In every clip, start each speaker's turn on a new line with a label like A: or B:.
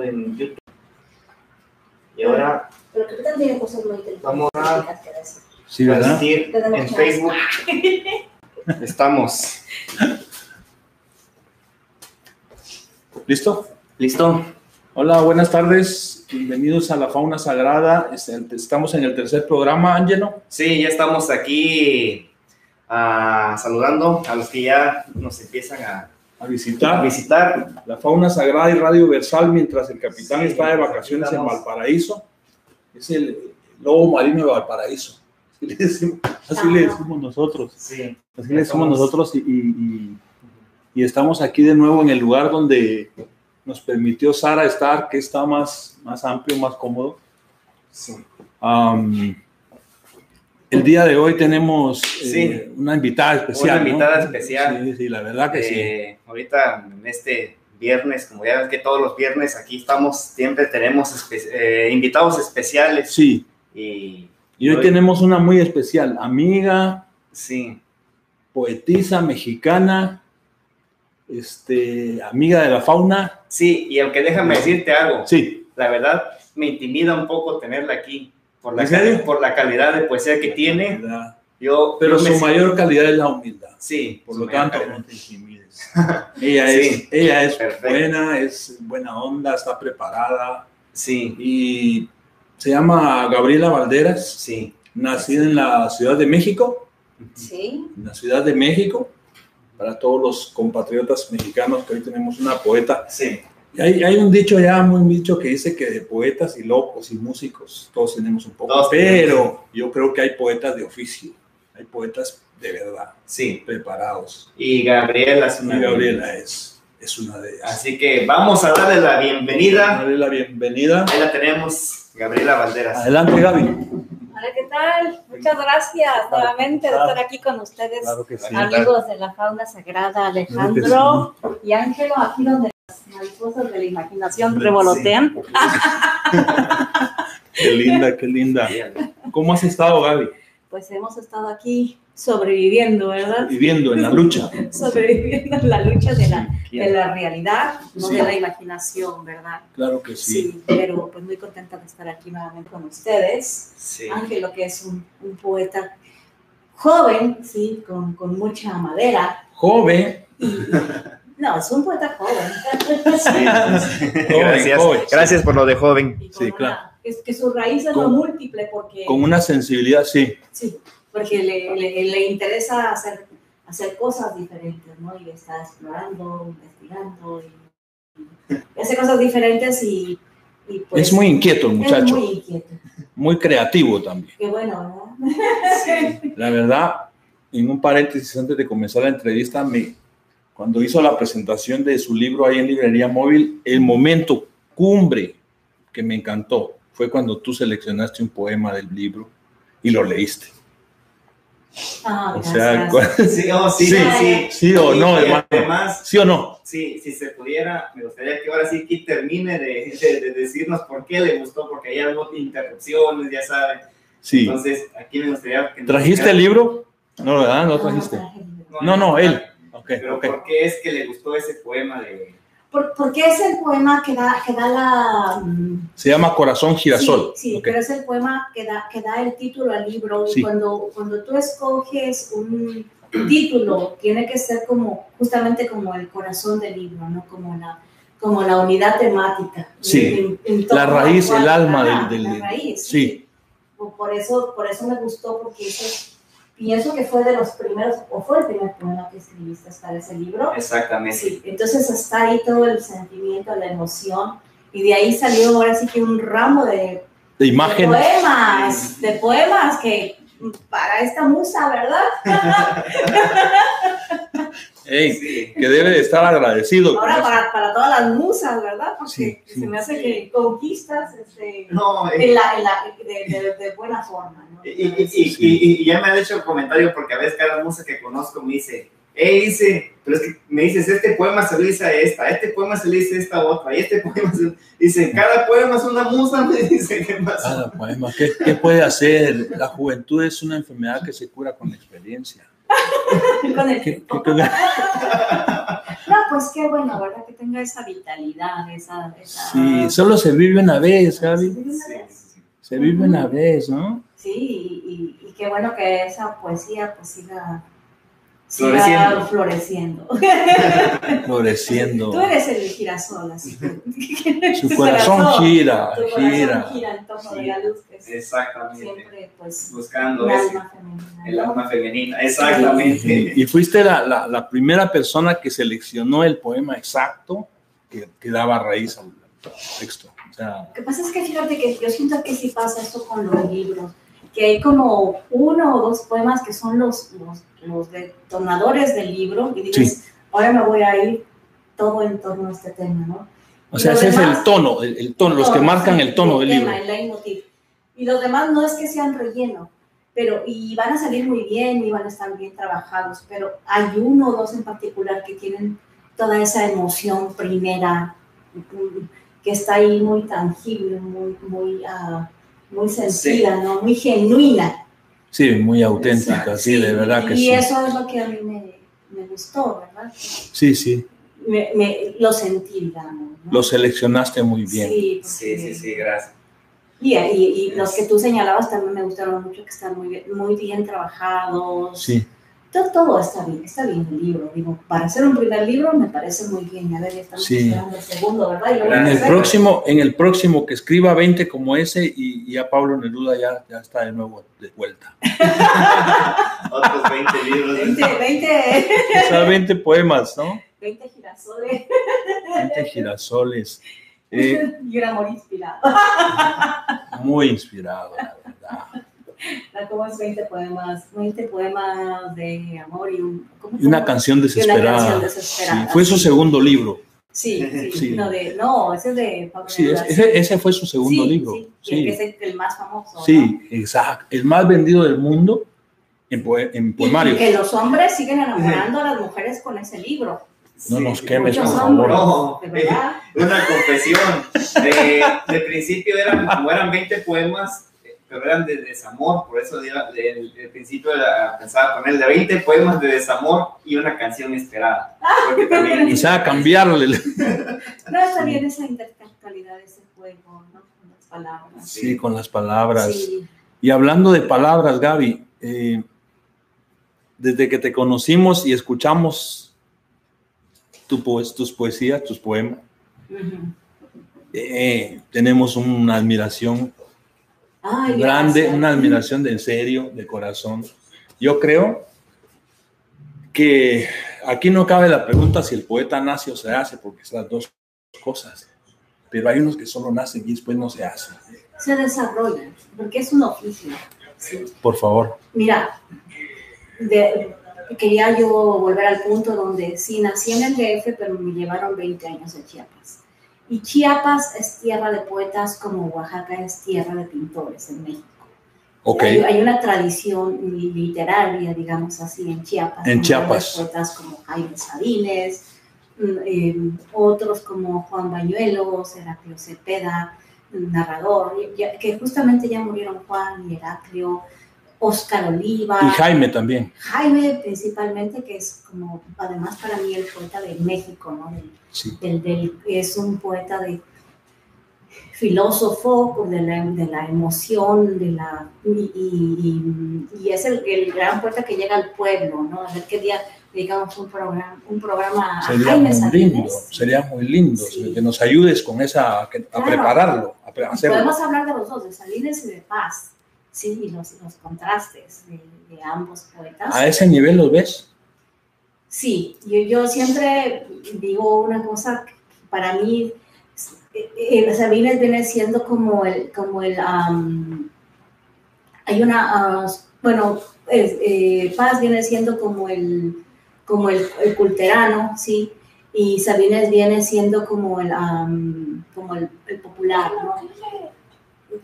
A: en YouTube. Y ahora
B: Pero que también tiene cosas muy inteligentes.
A: Vamos a-
B: fíjate, gracias.
C: Sí, ¿verdad?
A: decir
B: Tenemos
A: pues, en
B: chance.
A: Facebook estamos.
C: ¿Listo?
A: ¿Listo?
C: Hola, buenas tardes. Bienvenidos a la fauna sagrada. Este, Estamos en el tercer programa, Ángelo.
A: Sí, ya estamos aquí ah, saludando a los que ya nos empiezan a,
C: A
A: a
C: visitar
A: visitar.
C: la fauna sagrada y Radio Versal mientras el capitán
A: Sí,
C: está de
A: pues,
C: vacaciones
A: aquí
C: en
A: estamos.
C: Valparaíso. Es el lobo marino de Valparaíso. Así le decimos, así le decimos nosotros.
A: Sí.
C: Así le decimos nosotros y, y- y- y estamos aquí de nuevo en el lugar donde nos permitió Sara estar, que está más, más amplio, más cómodo.
A: Sí.
C: Am, Um, el día de hoy tenemos eh,
A: Sí.
C: una invitada especial.
A: Una
C: ¿no?
A: invitada especial.
C: Sí, sí, la verdad Ah, que sí.
A: Eh, ahorita en este viernes, como ya ves que todos los viernes aquí estamos, siempre tenemos espe- eh, invitados especiales.
C: Sí,
A: Y
C: y hoy
A: Hoy-
C: tenemos una muy especial, amiga,
A: sí,
C: poetisa mexicana, este, amiga de la fauna.
A: sí, y aunque déjame decirte algo,
C: Sí,
A: la verdad me intimida un poco tenerla aquí. Por la,
C: ¿En serio?
A: por la calidad de poesía que tiene,
C: ¿verdad?
A: yo...
C: pero
A: yo me
C: su
A: siento-
C: mayor calidad es la humildad.
A: Sí,
C: Por
A: su
C: lo
A: mayor
C: tanto,
A: calidad.
C: no te intimides. Ella
A: Sí,
C: es, ella es
A: perfecto.
C: buena, es buena onda, está preparada
A: Sí,
C: y se llama Gabriela Valderas.
A: sí.
C: Nacida en la Ciudad de México,
B: Sí,
C: en la Ciudad de México, para todos los compatriotas mexicanos que hoy tenemos una poeta.
A: Sí,
C: Y hay, hay un dicho ya, muy dicho, que dice que de poetas y locos y músicos todos tenemos un poco,
A: Todos
C: pero yo creo que hay poetas de oficio, hay poetas de verdad,
A: sí.
C: preparados.
A: Y Gabriela es
C: Y
A: una...
C: Gabriela es, es una de ellas.
A: Así que vamos a darle la bienvenida.
C: Dale la bienvenida.
A: Ahí la tenemos, Gabriela Banderas.
C: Adelante, Gaby.
B: hola, ¿qué tal? Muchas gracias nuevamente de estar aquí con ustedes,
C: que sí.
B: amigos de la fauna sagrada, Alejandro y Ángelo, aquí donde las mariposas de la imaginación
C: Hombre,
B: revolotean.
C: Qué linda, qué linda. ¿Cómo has estado, Gaby?
B: Pues hemos estado aquí sobreviviendo, ¿verdad?
C: Viviendo en la lucha.
B: Sobreviviendo en la lucha de la, de
C: Bien.
B: la realidad, no
C: Sí.
B: de la imaginación, ¿verdad?
C: Claro que sí.
B: Sí, pero pues muy contenta de estar aquí nuevamente con ustedes.
A: Sí.
B: Ángelo, que es un, un poeta joven, sí, con, con mucha madera.
C: Joven,
B: No, es un poeta joven.
C: Joven,
A: Gracias.
C: joven.
A: Gracias por lo de joven.
B: Y con
C: Sí,
B: una-
C: claro.
B: es que su raíz es lo
C: Con-
B: múltiple porque,
C: con una sensibilidad, sí.
B: sí, porque le, le- le interesa hacer, hacer cosas diferentes, ¿no? Y está explorando, investigando, y, y hace cosas diferentes y, y, pues...
C: es muy inquieto el
B: es
C: muchacho,
B: muy
C: muy...
B: inquieto.
C: creativo también.
B: Qué bueno,
A: Sí.
C: La verdad, en un paréntesis antes de comenzar la entrevista, me, cuando hizo la presentación de su libro ahí en Librería Móvil, el momento cumbre que me encantó fue cuando tú seleccionaste un poema del libro y lo leíste.
B: ¿verdad? Ah,
C: O sea,
B: gracias.
A: Sí, oh, sí,
C: Sí.
A: sí, sí.
C: sí o
A: Y
C: no, hermano.
A: Además,
C: ¿Sí o no?
A: sí, si se pudiera, me gustaría que ahora sí que termine de, de- de decirnos por qué le gustó, porque hay algo interrupciones, ya saben.
C: Sí.
A: Entonces, aquí me gustaría que... nos
C: ¿Trajiste el libro? No, ¿verdad? No trajiste.
B: Ah, traje.
C: No, no, él.
B: Ah,
C: Ok,
A: Pero
C: ok.
A: ¿por qué es que le gustó ese poema de...
B: Por- porque es el poema que da, que da la... mm,
C: Se llama Corazón Girasol.
B: Sí, sí,
C: Ok.
B: pero es el poema que da, que da el título al libro.
C: Sí.
B: Y cuando, cuando tú escoges un título, tiene que ser como, justamente como el corazón del libro, ¿no? Como la, como la unidad temática.
C: Sí.
B: En- en torno
C: La
B: al
C: raíz,
B: cual-
C: el alma
B: Ajá,
C: del- del
B: la
C: libro.
B: raíz,
C: Sí.
B: sí. Por- Por eso, por eso me gustó, porque ese- pienso que fue de los primeros, o fue el primer poema que escribiste para ese libro.
A: Exactamente.
B: Sí, entonces está ahí todo el sentimiento, la emoción, y de ahí salió ahora sí que un ramo de,
C: De
B: de
C: imagen.
B: poemas, de poemas que para esta musa, ¿verdad?
C: Ey,
A: Sí.
C: que debe de estar agradecido. con
B: Ahora
C: eso.
B: para, para todas las musas, ¿verdad? Porque
C: Sí, sí.
B: se me hace que conquistas este,
A: No, eh,
B: en la- en la- de, de- de buena forma, ¿no?
A: Y, y- y- y- y ya me han hecho el comentario porque a veces cada musa que conozco me dice, eh, dice, pero es que me dices, este poema se le dice a esta, este poema se le dice a esta otra, y este poema se Dice, cada poema es una musa, me dice, ¿qué pasa?
C: Cada poema, pues, ¿Qué, qué puede hacer? La juventud es una enfermedad que se cura con la experiencia.
B: Con el
C: ¿Qué- qué-
B: tiempo.
C: qué-
B: No, pues qué bueno, ¿verdad? Que tenga esa vitalidad, esa... esa
C: Sí, solo se vive una vez, Gaby.
A: Sí,
B: Sí,
A: sí, sí.
C: Se vive una vez, ¿no?
B: Sí, y, y- y qué bueno que esa poesía pues siga...
A: Floreciendo.
B: siga floreciendo. Tú
C: Floreciendo.
B: eres el girasol, así que...
C: Su
B: tu
C: corazón
B: corazón,
C: gira,
B: tu corazón
C: gira.
B: gira en torno de la luz, que es
A: Exactamente.
B: siempre pues
A: Buscando
B: el
A: ese,
B: alma femenina.
A: el
B: ¿no?
A: alma femenina. Exactamente.
C: Y, y fuiste la, la- la primera persona que seleccionó el poema exacto que, que daba raíz al texto. O sea,
B: Lo que pasa es que fíjate que yo siento que sí pasa esto con los libros, que hay como uno o dos poemas que son los, los, los detonadores del libro y dices, ahora me voy a ir todo en torno a este tema, ¿no?
C: o sea,
B: Lo
C: ese es el
B: demás-
C: tono, el, el tono, los que
B: Tono,
C: marcan
B: sí,
C: el tono del
B: tema,
C: libro.
B: el leitmotiv. Y los demás no es que sean relleno, pero y van a salir muy bien y van a estar bien trabajados, pero hay uno o dos en particular que tienen toda esa emoción primera mm, que está ahí muy tangible, muy muy ah, muy sentida, ¿no? Muy genuina.
C: Sí, muy auténtica,
A: Exacto.
C: sí, de verdad que
B: y
C: sí.
B: eso es lo que a mí me, me gustó, ¿verdad?
C: Sí, sí,
B: Me, me- lo sentí, digamos. ¿no?
C: lo seleccionaste muy bien.
B: Sí,
A: Sí, sí,
B: porque-
A: sí, gracias.
B: Y, y- y los que tú señalabas también me gustaron mucho, que están muy bien, muy bien trabajados.
C: Sí,
B: To- Todo, está bien, está bien el libro. Digo, para hacer un primer libro me parece muy bien. A ver, ya estamos
C: Sí.
B: esperando el segundo, ¿verdad? Y luego
C: en el
B: tercero.
C: próximo, en el próximo que escriba 20 como ese y y ya Pablo Neruda ya, ya está de nuevo de vuelta.
A: Otros 20 libros.
B: 20, 20,
C: O sea, 20 poemas, ¿no?
B: 20 girasoles
C: 20 girasoles. Eh,
B: y un amor inspirado.
C: muy inspirado, la verdad.
B: La- Ah, ¿Cómo es 20 poemas? 20 poemas de amor y un... ¿cómo
C: Y
B: se
C: una
B: llama?
C: canción desesperada.
B: canción desesperada.
C: Sí, fue su segundo libro.
B: Sí, sí,
C: Sí.
B: No, de, no, ese es de Pablo
C: Sí,
B: Neruda,
C: ese, ese fue su segundo
B: Sí,
C: libro.
B: Sí, y el
C: Sí,
B: que es el, el más famoso. ¿no?
C: sí, exacto. El más vendido del mundo en, poe- en
B: Y que
C: poemarios.
B: los hombres siguen enamorando a las mujeres con ese libro.
C: No nos quemes,
B: Muchos
C: por
B: hombres,
C: favor.
B: de verdad.
A: Una confesión. De, de principio eran, como eran 20 poemas, eh, pero eran de desamor, por eso diga- de- el, el principio era- pensaba poner de 20 poemas de desamor y una canción esperada. Porque también
C: O sea, cambiarle.
B: No está bien esa intertextualidad, ese juego, ¿no? Con las palabras.
C: Sí, con las palabras.
B: Sí,
C: Y hablando de palabras, Gaby, eh, desde que te conocimos y escuchamos tu poe- tus poesías, tus poemas,
B: ujú.
C: eh, tenemos una admiración
B: Ay,
C: grande,
B: gracias.
C: una admiración de en serio, de corazón. Yo creo que aquí no cabe la pregunta si el poeta nace o se hace, porque son las dos cosas. Pero hay unos que solo nacen y después no se hacen.
B: Mm, Se desarrolla, porque es un oficio. Sí.
C: Por favor.
B: Mira, de- quería yo volver al punto donde sí nací en el DF, pero me llevaron 20 años de Chiapas. Y Chiapas es tierra de poetas como Oaxaca es tierra de pintores en México.
C: Ok.
B: Hay, hay una tradición literaria, digamos así, en Chiapas.
C: En
B: con
C: Chiapas.
B: Poetas como Jaime Sabines, mm, eh, otros como Juan Bañuelos, Heraclio Cepeda, narrador, y- ya- que justamente ya murieron Juan y Heraclio, Óscar Oliva,
C: Y Jaime también.
B: Jaime principalmente, que es como, además para mí, el poeta de México, ¿no? Del-
C: Sí.
B: del- del- es un poeta de filósofo pues, de la, de la emoción de la y, y- y- y es el, el gran poeta que llega al pueblo no a ver qué día digamos un programa un programa a
C: Sería
B: Jaime
C: muy
B: Sabines.
C: lindo, sería muy lindo
B: Sí.
C: que nos ayudes con esa, que- a
B: Claro.
C: prepararlo, a pre- hacerlo.
B: podemos hablar de los dos de Sabines y de Paz sí y los, los contrastes de, de ambos poetas
C: A ese nivel los ves.
B: Sí, yo, yo siempre digo una cosa que para mí, eh, eh, Sabines viene siendo como el, como el, am, hay una, ah, bueno, es, eh, Paz viene siendo como el, como el, el culterano, ¿sí? Y Sabines viene siendo como el, am, como el, el popular, ¿no?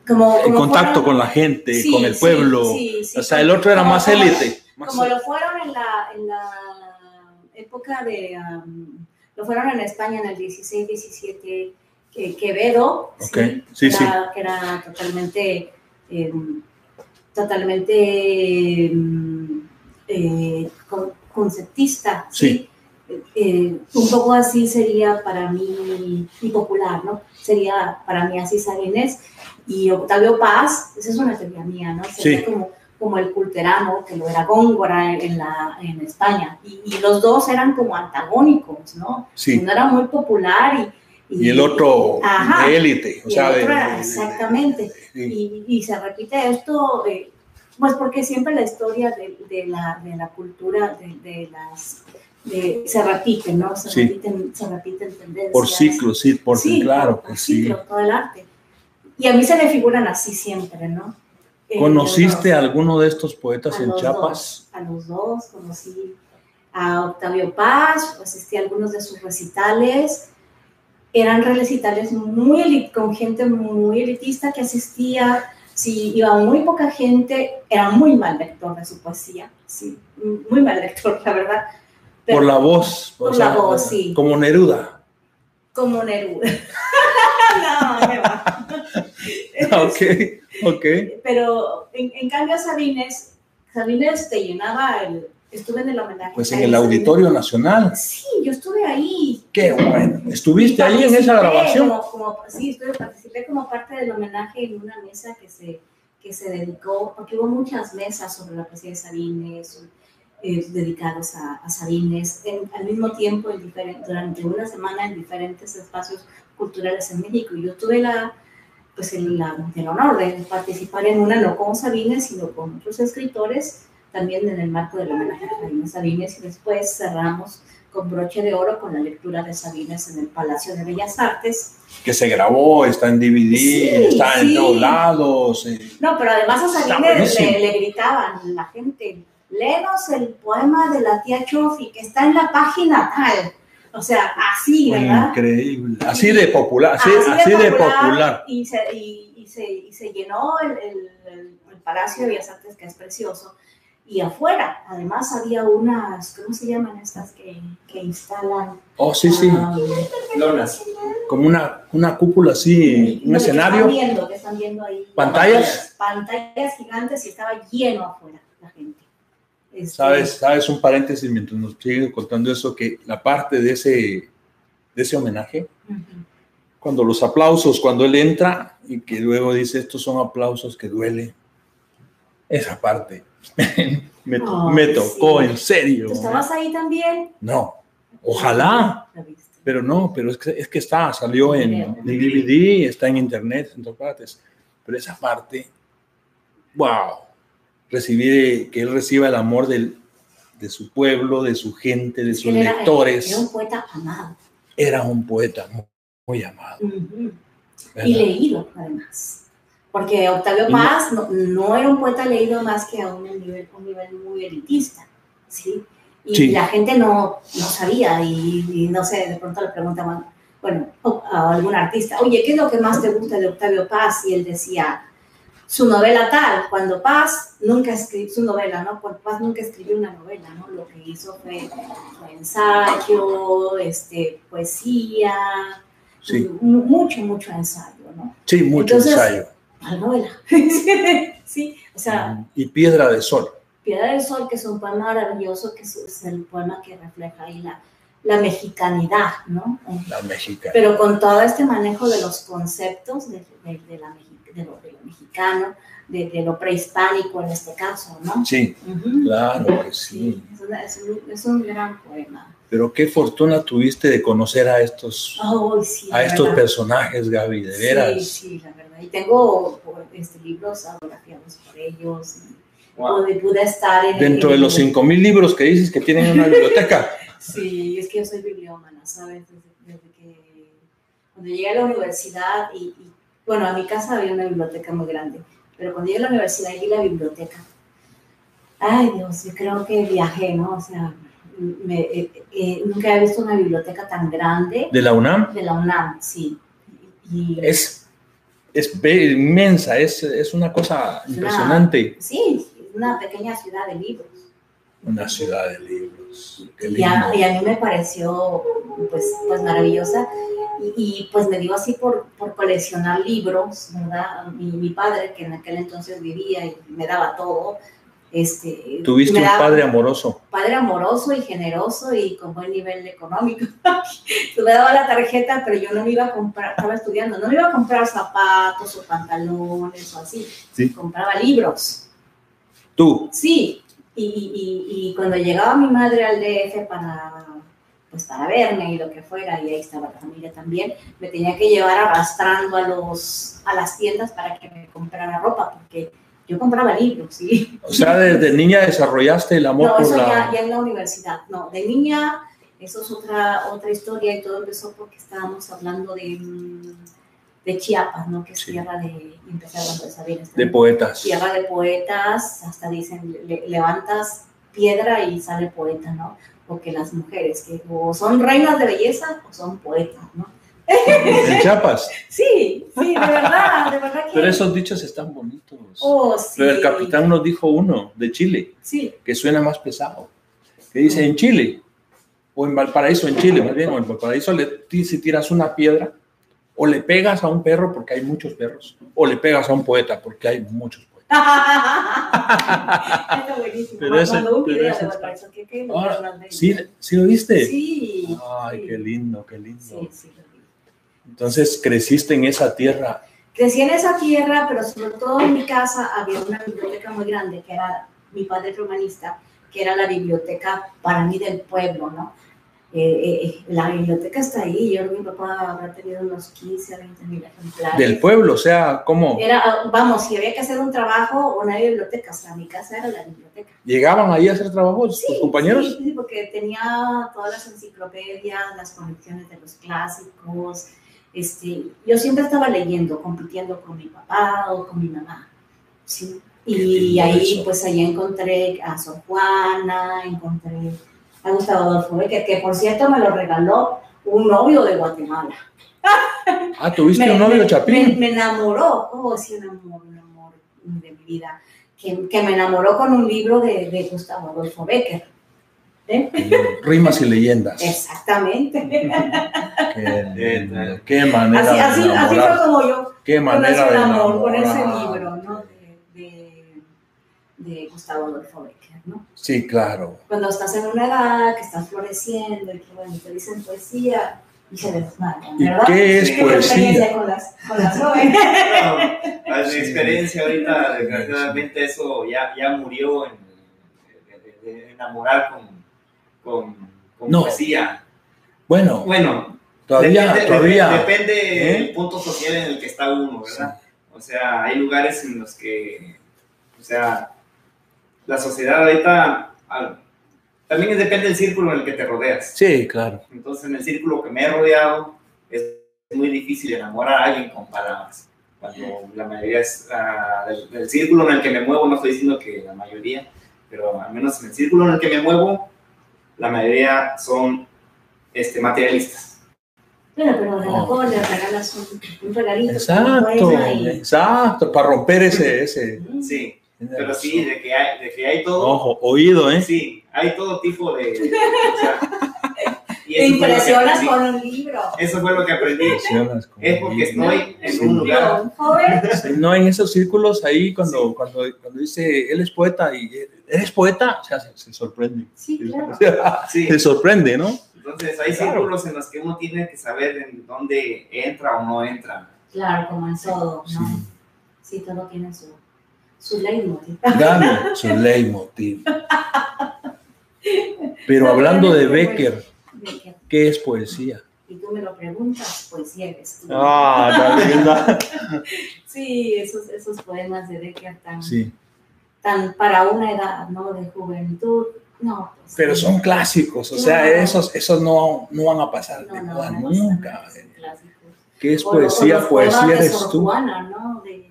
B: Como,
C: En
B: como
C: contacto
B: fueron-
C: con la gente,
B: Sí,
C: con el
B: sí,
C: pueblo.
B: sí, sí,
C: o sea, el otro era
B: como-
C: más
B: como-
C: élite. más
B: como lo fueron en la, en la época de, am, lo fueron en España en el 16-17, que, Quevedo, ¿sí?
C: Ok, sí,
B: que,
C: sí.
B: Era, que era totalmente, em, totalmente em, eh, con- conceptista, ¿sí? eh, un poco así sería para mí, y popular, ¿no? Sería para mí así San Inés y Octavio Paz, esa es una teoría mía, ¿no? Sería
C: Sí.
B: como, como el culterano, que lo era Góngora en, en la, en España. Y, y los dos eran como antagónicos, ¿no?
C: Sí.
B: Uno era muy popular y...
C: Y el otro
B: Ajá.
C: de élite. O
B: y
C: sea,
B: el
C: de-
B: otro
C: de-
B: era
C: de-
B: exactamente.
C: sí.
B: Y, y se repite esto, eh, pues porque siempre la historia de, de la, de la cultura, de, de las... de- se repite, ¿no? Se,
C: Sí.
B: repiten, se repiten tendencias.
C: Por ciclos, sí, por
B: Sí,
C: claro, pues
B: por
C: por
B: ciclo,
C: ciclo.
B: todo el arte. Y a mí se me figuran así siempre, ¿no? Eh,
C: ¿Conociste a
B: los-
C: alguno de estos poetas
B: a
C: en
B: los
C: Chiapas?
B: dos, a los dos, conocí a Octavio Paz, asistí a algunos de sus recitales. Eran recitales muy elit- con gente muy elitista que asistía. Sí, iba muy poca gente. Era muy mal lector de su poesía. Sí, muy mal lector, la verdad. Pero
C: Por la voz. o
B: Por
C: sea,
B: la voz, sí.
C: Como Neruda.
B: Como Neruda. no, me va.
C: ok, ok.
B: Pero en, en cambio Sabines, Sabines te llenaba el... Estuve en el homenaje.
C: Pues
B: a
C: en el
B: Sabines.
C: Auditorio Nacional.
B: Sí, yo estuve ahí.
C: Qué bueno. ¿Estuviste ahí en
B: Participé
C: esa grabación?
B: Como, como- sí, estuve, participé como parte del homenaje en una mesa que se, que se dedicó, porque hubo muchas mesas sobre la poesía de Sabines, eh, dedicados a, a Sabines, en- al mismo tiempo en diferen- durante una semana en diferentes espacios culturales en México. Y yo tuve la, pues el, la- el honor de participar en una, no con Sabines, sino con otros escritores, también en el marco del homenaje a Jaime Sabines. Y después cerramos con broche de oro con la lectura de Sabines en el Palacio de Bellas Artes.
C: Que se grabó, está en DVD,
B: Sí,
C: está en
B: sí.
C: todos lados. eh.
B: No, pero además a
C: Está
B: Sabines
C: buenísimo.
B: le, le gritaban la gente, léenos el poema de la tía Chofi que está en la página tal. O sea, así, ¿verdad?
C: Increíble. Así de popular, Mm, así, así de popular.
B: Y se, y, y se, y se llenó el, el- el- el Palacio de Bellas Artes, que es precioso. Y afuera, además, había unas, ¿cómo se llaman estas que, que instalan?
C: Oh, sí, sí.
B: Ah,
A: Lonas.
C: Como una, una cúpula así, un
B: lo que Están
C: escenario.
B: viendo, que están viendo ahí.
C: Pantallas.
B: Pantallas gigantes y estaba lleno afuera la gente. Este,
C: ¿Sabes? ¿Sabes? Un paréntesis mientras nos siguen contando eso, que la parte de ese, de ese homenaje,
B: ujú.
C: cuando los aplausos, cuando él entra y que luego dice, estos son aplausos que duele. Esa parte me, to-
B: Ay,
C: me tocó,
B: sí.
C: en serio.
B: ¿Tú estabas ahí también?
C: No, ojalá,
B: ¿La viste?
C: pero no, pero es que, es que está, salió en,
B: Video.
C: en DVD, está en internet, en todas partes. Pero esa parte, wow, recibir, que él reciba el amor del, de su pueblo, de su gente, de sus
B: Él era-
C: lectores,
B: Era un poeta amado.
C: era un poeta muy, muy amado.
B: Ujú.
C: ¿verdad?
B: y leído además. Porque Octavio Paz no, no era un poeta leído más que a un nivel, un nivel muy elitista, ¿sí? Y
C: Sí.
B: la gente no, no sabía y, y no sé, de pronto le preguntaban, bueno, o- a algún artista, oye, ¿qué es lo que más te gusta de Octavio Paz? Y él decía, su novela tal, cuando Paz nunca escribió, su novela, ¿no? Cuando Paz nunca escribió una novela, ¿no? Lo que hizo fue, fue ensayo, este, poesía,
C: Sí.
B: mu- mucho, mucho ensayo, ¿no?
C: Sí, mucho
B: Entonces,
C: ensayo.
B: Al novela. sí, o sea,
C: Mm, Y Piedra de Sol.
B: Piedad del Sol, que es un poema maravilloso, que es, es el poema que refleja ahí la, la mexicanidad, ¿no? Eh,
C: La mexicana.
B: Pero con todo este manejo de los conceptos de, de- de la mexi- de lo, de lo mexicano, de, de lo prehispánico en este caso, ¿no?
C: Sí,
B: Ujú.
C: claro que sí.
B: Sí, es, una- es un, es un gran poema.
C: Pero qué fortuna tuviste de conocer a estos,
B: Oh, sí,
C: a
B: la
C: estos
B: verdad.
C: personajes, Gaby, de veras.
B: Sí, sí, la verdad. Y tengo por, este, libros autografiados por ellos. y
A: Wow.
B: pude, pude estar en...
C: Dentro
B: en-
C: de los 5.000 libros que dices que tienen en una biblioteca.
B: Sí, es que yo soy bibliómana, ¿sabes? Desde, desde que... Cuando llegué a la universidad y, y- Bueno, a mi casa había una biblioteca muy grande, pero cuando llegué a la universidad y vi la biblioteca, ay Dios, yo creo que viajé, ¿no? O sea, me- eh, eh, nunca había visto una biblioteca tan grande
C: De la UNAM.
B: de la UNAM, sí. Y,
C: Es, es be- inmensa, es, es una cosa impresionante.
B: Sí, una pequeña ciudad de libros.
C: Una ciudad de libros. Qué
B: Y a, y
C: lindo.
B: a mí me pareció pues, pues maravillosa y, y, pues me dio así por, por coleccionar libros, ¿verdad? Mi, mi padre que en aquel entonces vivía y me daba todo, Este,
C: Tuviste
B: me
C: un
B: daba-
C: padre amoroso.
B: padre amoroso y generoso y con buen nivel económico. Tú me daba la tarjeta, pero yo no me iba a comprar, estaba estudiando, no me iba a comprar zapatos o pantalones o así.
C: Sí.
B: Compraba libros.
C: Tú,
B: Sí. Y, y- y- y cuando llegaba mi madre al DF para, pues para verme y lo que fuera, y ahí estaba la familia también, me tenía que llevar arrastrando a, los, a las tiendas para que me comprara ropa, porque yo compraba libros, sí.
C: o sea, desde niña desarrollaste el amor
B: No,
C: por
B: eso
C: la...
B: ya, ya en la universidad. No, de niña, eso es otra, otra historia y todo empezó porque estábamos hablando de, mm, de Chiapas, ¿no? Que es
C: Sí.
B: tierra de, empezar hablando de Sabinas.
C: de
B: ¿no?
C: poetas.
B: Tierra de poetas, hasta dicen, le- levantas piedra y sale poeta, ¿no? Porque las mujeres que o son reinas de belleza o son poetas, ¿no?
C: En Chiapas.
B: Sí, sí, de verdad, de verdad que...
C: Pero esos dichos están bonitos.
B: Oh, sí.
C: Pero el capitán nos dijo uno de Chile,
B: Sí,
C: que suena más pesado. Que dice en Chile, o en Valparaíso, en Chile, más bien, o en Valparaíso, le, ti- si tiras una piedra, o le pegas a un perro porque hay muchos perros, o le pegas a un poeta porque hay muchos poetas.
B: Está buenísimo.
C: Pero
B: Mandó
C: ese-
B: un
C: pero
B: video
C: ese
B: de
C: está-
B: Valparaíso, que- que
C: Ahora,
B: nos mandó.
C: ¿Sí, ¿Sí lo viste?
B: Sí.
C: Ay, qué lindo, qué lindo.
B: Sí, sí, lo vi.
C: Entonces creciste en esa tierra.
B: Crecí en esa tierra, pero sobre todo en mi casa había una biblioteca muy grande que era mi padre era humanista, que era la biblioteca para mí del pueblo, ¿no? Eh, eh, eh, la biblioteca está ahí, yo creo que mi papá habrá tenido unos 15 a 20 mil ejemplares.
C: Del pueblo, o sea, ¿cómo?
B: Era, ah, vamos, si había que hacer un trabajo, una biblioteca, o sea, mi casa era la biblioteca.
C: ¿Llegaban ahí a hacer trabajos tus compañeros?
B: Sí, sí, porque tenía todas las enciclopedias, las colecciones de los clásicos. Este, yo siempre estaba leyendo, compitiendo con mi papá o con mi mamá. ¿sí?
C: Qué
B: Y
C: lindo
B: ahí,
C: eso.
B: pues, allá encontré a Sor Juana, encontré a Gustavo Adolfo Becker, que por cierto me lo regaló un novio de Guatemala.
C: Ah, tuviste
B: Me-
C: un novio
B: me-
C: chapín.
B: Me, me enamoró, oh, sí, un amor, un amor de mi vida, que, que me enamoró con un libro de, de Gustavo Adolfo Becker.
C: Rimas y leyendas.
B: Exactamente.
C: Qué, lindo, qué manera
B: Así,
C: de
B: así, así
C: enamorar.
B: fue como yo
C: Qué
B: conocí
C: manera
B: el
C: de
B: amor con ese
C: enamorar.
B: libro, ¿no? De, de- de Gustavo Adolfo Becker, ¿no?
C: Sí, claro.
B: Cuando estás en una edad que estás floreciendo y que bueno, te dicen poesía y se desmayan,
C: ¿Y
B: ¿verdad?
C: qué es
B: ¿Qué tu
C: poesía?
B: experiencia con las, con las jóvenes?
A: No, mi
C: Sí.
A: experiencia ahorita, desgraciadamente, eso ya, ya murió en, de- de- de enamorar con, con, con
C: No.
A: poesía.
C: Bueno,
A: Bueno,
C: todavía,
A: depende,
C: todavía.
A: depende del
C: ¿Eh?
A: punto social en el que está uno, ¿verdad? O sea, hay lugares en los que, o sea, la sociedad ahorita al- también depende del círculo en el que te rodeas.
C: Sí, claro.
A: Entonces, en el círculo que me he rodeado, es muy difícil enamorar a alguien con palabras. Cuando la mayoría es ah, del, del círculo en el que me muevo, no estoy diciendo que la mayoría, pero al menos en el círculo en el que me muevo, la mayoría son este, materialistas.
B: Bueno, pero de la
C: Oh.
B: cola le regalas un, un regalito. un
C: Exacto,
B: poema y-
C: exacto, para romper ese, ese.
B: Mm.
A: Sí, pero sí, de que hay, de que hay todo.
C: Ojo, oído, ¿eh?
A: Sí, hay todo tipo de. de- o sea, y
B: Te
A: eso fue lo que
B: impresionas
A: aprendí.
B: con un libro.
A: Eso fue lo que aprendí.
C: Impresionas con
A: Es porque
C: oído.
A: estoy
C: Sí.
A: en un lugar.
B: Joven, joven,
C: Sí, No, en esos círculos ahí cuando, cuando, cuando dice él es poeta y eres poeta, o sea, se, se sorprende.
B: Sí, claro.
A: Sí.
C: Se sorprende, ¿no?
A: Entonces hay
C: Claro.
A: círculos en los que uno tiene que saber en dónde entra o no entra.
B: Claro, como en todo, ¿no?
C: Sí.
B: Sí, todo tiene su, su leitmotiv.
C: Dame su leitmotiv. Pero hablando de Becker,
B: De que-
C: ¿qué es poesía?
B: Y tú me lo preguntas, pues sí eres tú.
C: Ah, tan linda.
B: Sí, esos, esos poemas de Becker tan,
C: Sí,
B: tan para una edad, ¿no? De juventud. No, pues,
C: pero son clásicos, o sea,
B: Claro.
C: esos, esos no, no van a pasar de
B: no, no,
C: moda
B: no, no,
C: nunca.
B: no,
C: eh.
B: son clásicos.
C: ¿Qué es
B: O lo- o los
C: poesía?
B: poemas
C: Poesía
B: de
C: eres
B: Sor
C: tú.
B: Juana, ¿no? De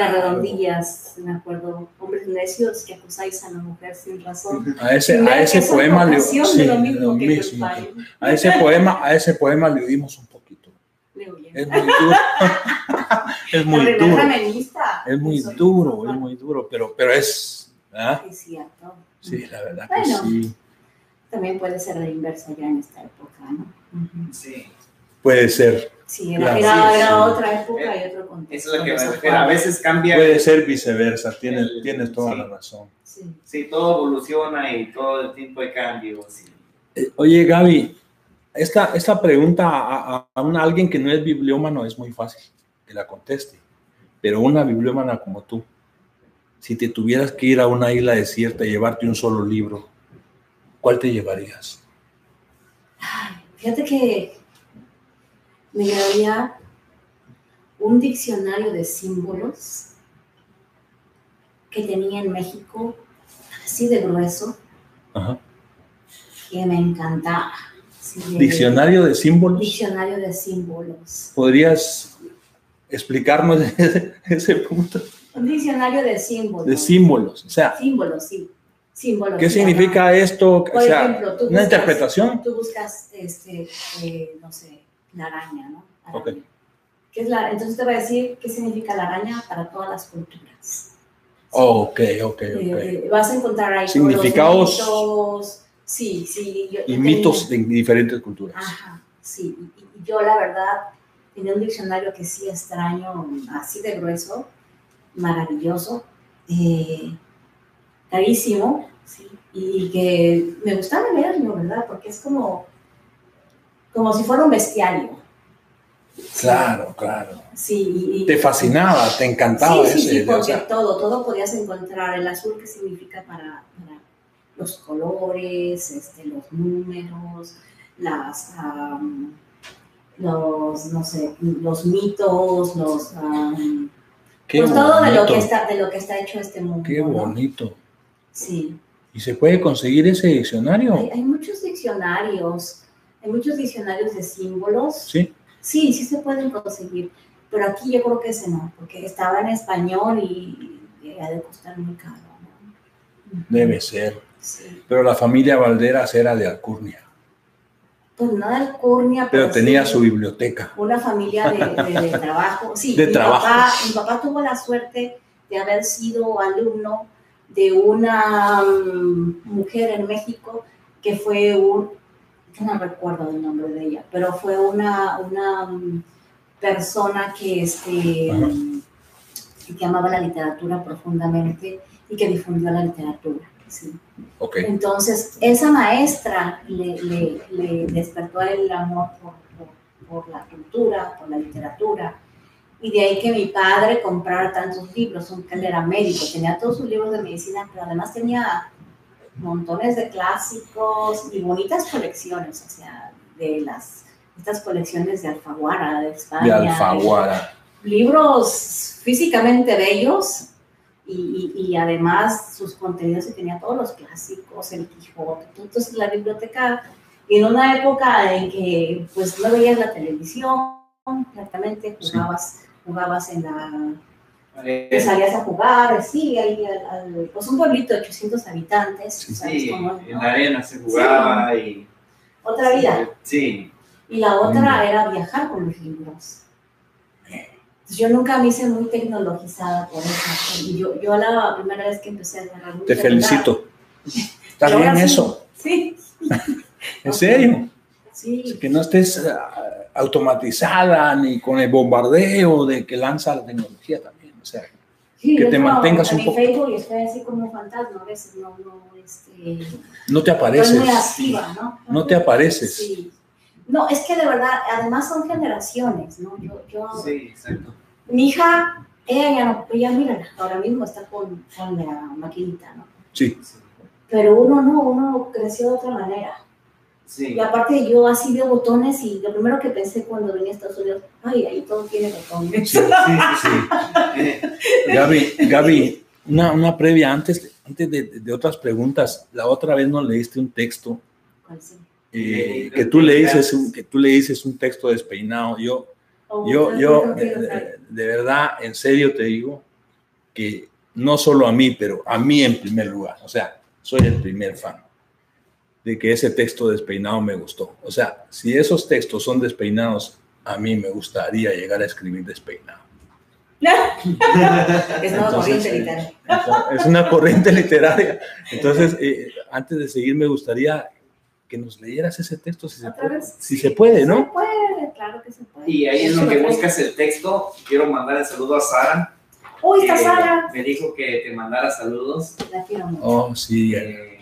B: las redondillas, me acuerdo. Hombres necios que acusáis a la mujer sin razón.
C: A ese, a
B: Mira que
C: ese
B: son
C: poema le
B: ocasión de
C: sí,
B: lo mismo
C: lo
B: que tu
C: mismo que-
B: padre.
C: a ese poema, a ese poema le oímos un poquito.
B: Le huyen.
C: Es muy duro.
B: La
C: es muy
B: primera
C: duro.
B: feminista.
C: Es muy
B: Soy
C: duro, es
B: mujer.
C: muy duro, pero, pero es. ¿ah?
B: Es cierto.
C: Sí, la verdad que
B: Bueno.
C: sí.
B: También puede ser la inversa ya en esta época, ¿no? Ujú.
A: Sí.
C: Puede ser.
B: Sí, era, era, era otra época y otro
A: Eso
B: contexto.
A: es lo que me
B: Eso fue-
A: refiero. A veces cambia.
C: Puede ser viceversa, tienes,
A: El-
C: tienes toda
A: sí.
C: la razón.
B: Sí.
A: Sí, todo evoluciona y todo el tiempo hay cambios. sí.
C: Eh, Oye, Gaby, esta, esta pregunta a, a- a un- a alguien que no es bibliómano es muy fácil que la conteste, pero una bibliómana como tú, si te tuvieras que ir a una isla desierta y llevarte un solo libro, ¿cuál te llevarías?
B: Fíjate que me llevaría un diccionario de símbolos que tenía en México, así de grueso,
C: Ajá.
B: que me encantaba. Sí, de-
C: Diccionario de símbolos.
B: Diccionario de símbolos.
C: ¿Podrías explicarnos ese, ese punto?
B: Un diccionario de símbolos.
C: De símbolos. O sea,
B: Símbolos, sí. Símbolos.
C: ¿qué
B: sí, ajá.
C: significa esto? O
B: Por
C: sea,
B: ejemplo, tú
C: una
B: buscas-
C: interpretación.
B: Tú buscas, este, eh, no sé, la araña, ¿no? Araña.
C: Ok.
B: ¿Qué es la, entonces te va a decir qué significa la araña para todas las culturas.
C: Ok, ok, ok.
B: Eh, vas a encontrar ahí todos los
C: Significados.
B: mitos, sí, sí. yo-
C: Y
B: yo
C: mitos
B: tenía-
C: de diferentes culturas.
B: Ajá, sí. Y, y- y yo, la verdad, tenía un diccionario que sí extraño, así de grueso, maravilloso, eh, carísimo, sí, y que me gustaba leerlo, ¿verdad? Porque es como, como si fuera un bestiario.
C: Claro, claro.
B: Sí, y- y-
C: Te fascinaba, te encantaba
B: Sí, sí,
C: ese.
B: sí, porque
C: o sea,
B: todo, todo podías encontrar. El azul que significa para, para los colores, este, los números, las, am, los, no sé, los mitos, los, am,
C: qué
B: pues todo de lo,
C: bonito,
B: que está, de lo que está hecho este mundo.
C: Qué
B: ¿no?
C: bonito.
B: Sí.
C: ¿Y se puede conseguir ese diccionario?
B: Hay, hay muchos diccionarios, hay muchos diccionarios de símbolos.
C: Sí.
B: Sí, sí se pueden conseguir, pero aquí yo creo que ese no, porque estaba en español y, y ha de costar muy caro. ¿no?
C: Debe ser.
B: Sí.
C: Pero la familia Valderas era de Alcurnia,
B: Pues no de alcurnia,
C: pero tenía
B: Ah, sí
C: su biblioteca.
B: Una familia de, de- de trabajo. Sí,
C: De
B: mi,
C: trabajo.
B: Papá, mi papá tuvo la suerte de haber sido alumno de una mm, mujer en México que fue un, que no recuerdo el nombre de ella, pero fue una, una mm, persona que, este,
C: Ajá.
B: mm, que amaba la literatura profundamente y que difundió la literatura. sí.
C: Ok.
B: Entonces, esa maestra le, le- le despertó el amor por, por- por la cultura, por la literatura. Y de ahí que mi padre comprara tantos libros, un- él era médico, tenía todos sus libros de medicina, pero además tenía montones de clásicos y bonitas colecciones, o sea, de las, estas colecciones de Alfaguara, de España.
C: De Alfaguara.
B: Libros físicamente bellos, y, y- y además sus contenidos y tenía todos los clásicos, el Quijote, todo. entonces la biblioteca, y en una época en que pues no veías la televisión, exactamente
C: Sí.
B: jugabas, jugabas en la,
A: Eh,
B: pues, salías a jugar, sí, ahí al, al- pues un pueblito de 800 habitantes, ¿sabes
A: sí,
B: cómo es,
A: en
B: no?
A: la arena se jugaba y.
B: otra vida,
A: Sí,
B: y la otra era viajar con los libros. Entonces, Yo nunca me hice muy tecnologizada por eso. y Yo, yo la primera vez que empecé a agarrar un
C: Te
B: celular,
C: felicito. ¿Estás
B: Y ahora
C: bien
B: sí.
C: eso?
B: Sí,
C: ¿En serio?
B: sí,
C: Que no estés ah, automatizada ni con el bombardeo de que lanza la tecnología también. O sea,
B: sí,
C: que
B: yo
C: te
B: entro
C: mantengas
B: a
C: un
B: mi
C: poco.
B: Facebook y estoy así como fantasma, a veces no, no, este,
C: no te
B: estoy
C: apareces.
B: muy activa, ¿no?
C: No te apareces.
B: Pues Sí. No, es que de verdad, además son generaciones, ¿no? Yo, yo,
A: sí, exacto.
B: mi hija, ella ya no, ella mira, ahora mismo está con, con la maquinita, ¿no?
C: Sí.
B: Pero uno no, uno creció de otra manera.
A: Sí,
B: Y aparte yo así veo botones y lo primero que pensé cuando venía a Estados Unidos, ay, ahí todo tiene botones.
C: Sí,
A: sí, sí. Eh,
C: Gaby, Gaby, una, una previa antes, antes de, de otras preguntas. La otra vez nos leíste un texto eh, que tú le dices un, que tú le dices un texto despeinado. Yo, yo, yo, eh, de, verdad, en serio te digo que no solo a mí, pero a mí en primer lugar. O sea, soy el primer fan de que ese texto despeinado me gustó. O sea, si esos textos son despeinados, a mí me gustaría llegar a escribir despeinado.
B: Es una
C: Entonces,
B: corriente
C: eh,
B: literaria.
C: Entonces, es una corriente literaria. Entonces, eh, antes de seguir, me gustaría que nos leyeras ese texto, si se
B: ¿Otra
C: puede,
B: vez?
C: si pues, se puede ¿no?
B: Se puede, claro que se puede.
A: Y ahí es lo que buscas el texto. Quiero mandar el saludo a Sara.
B: Uy, está
C: eh,
A: que
B: Sara.
A: Me dijo que te mandara saludos.
B: La quiero mucho.
C: Oh, sí.
A: Eh,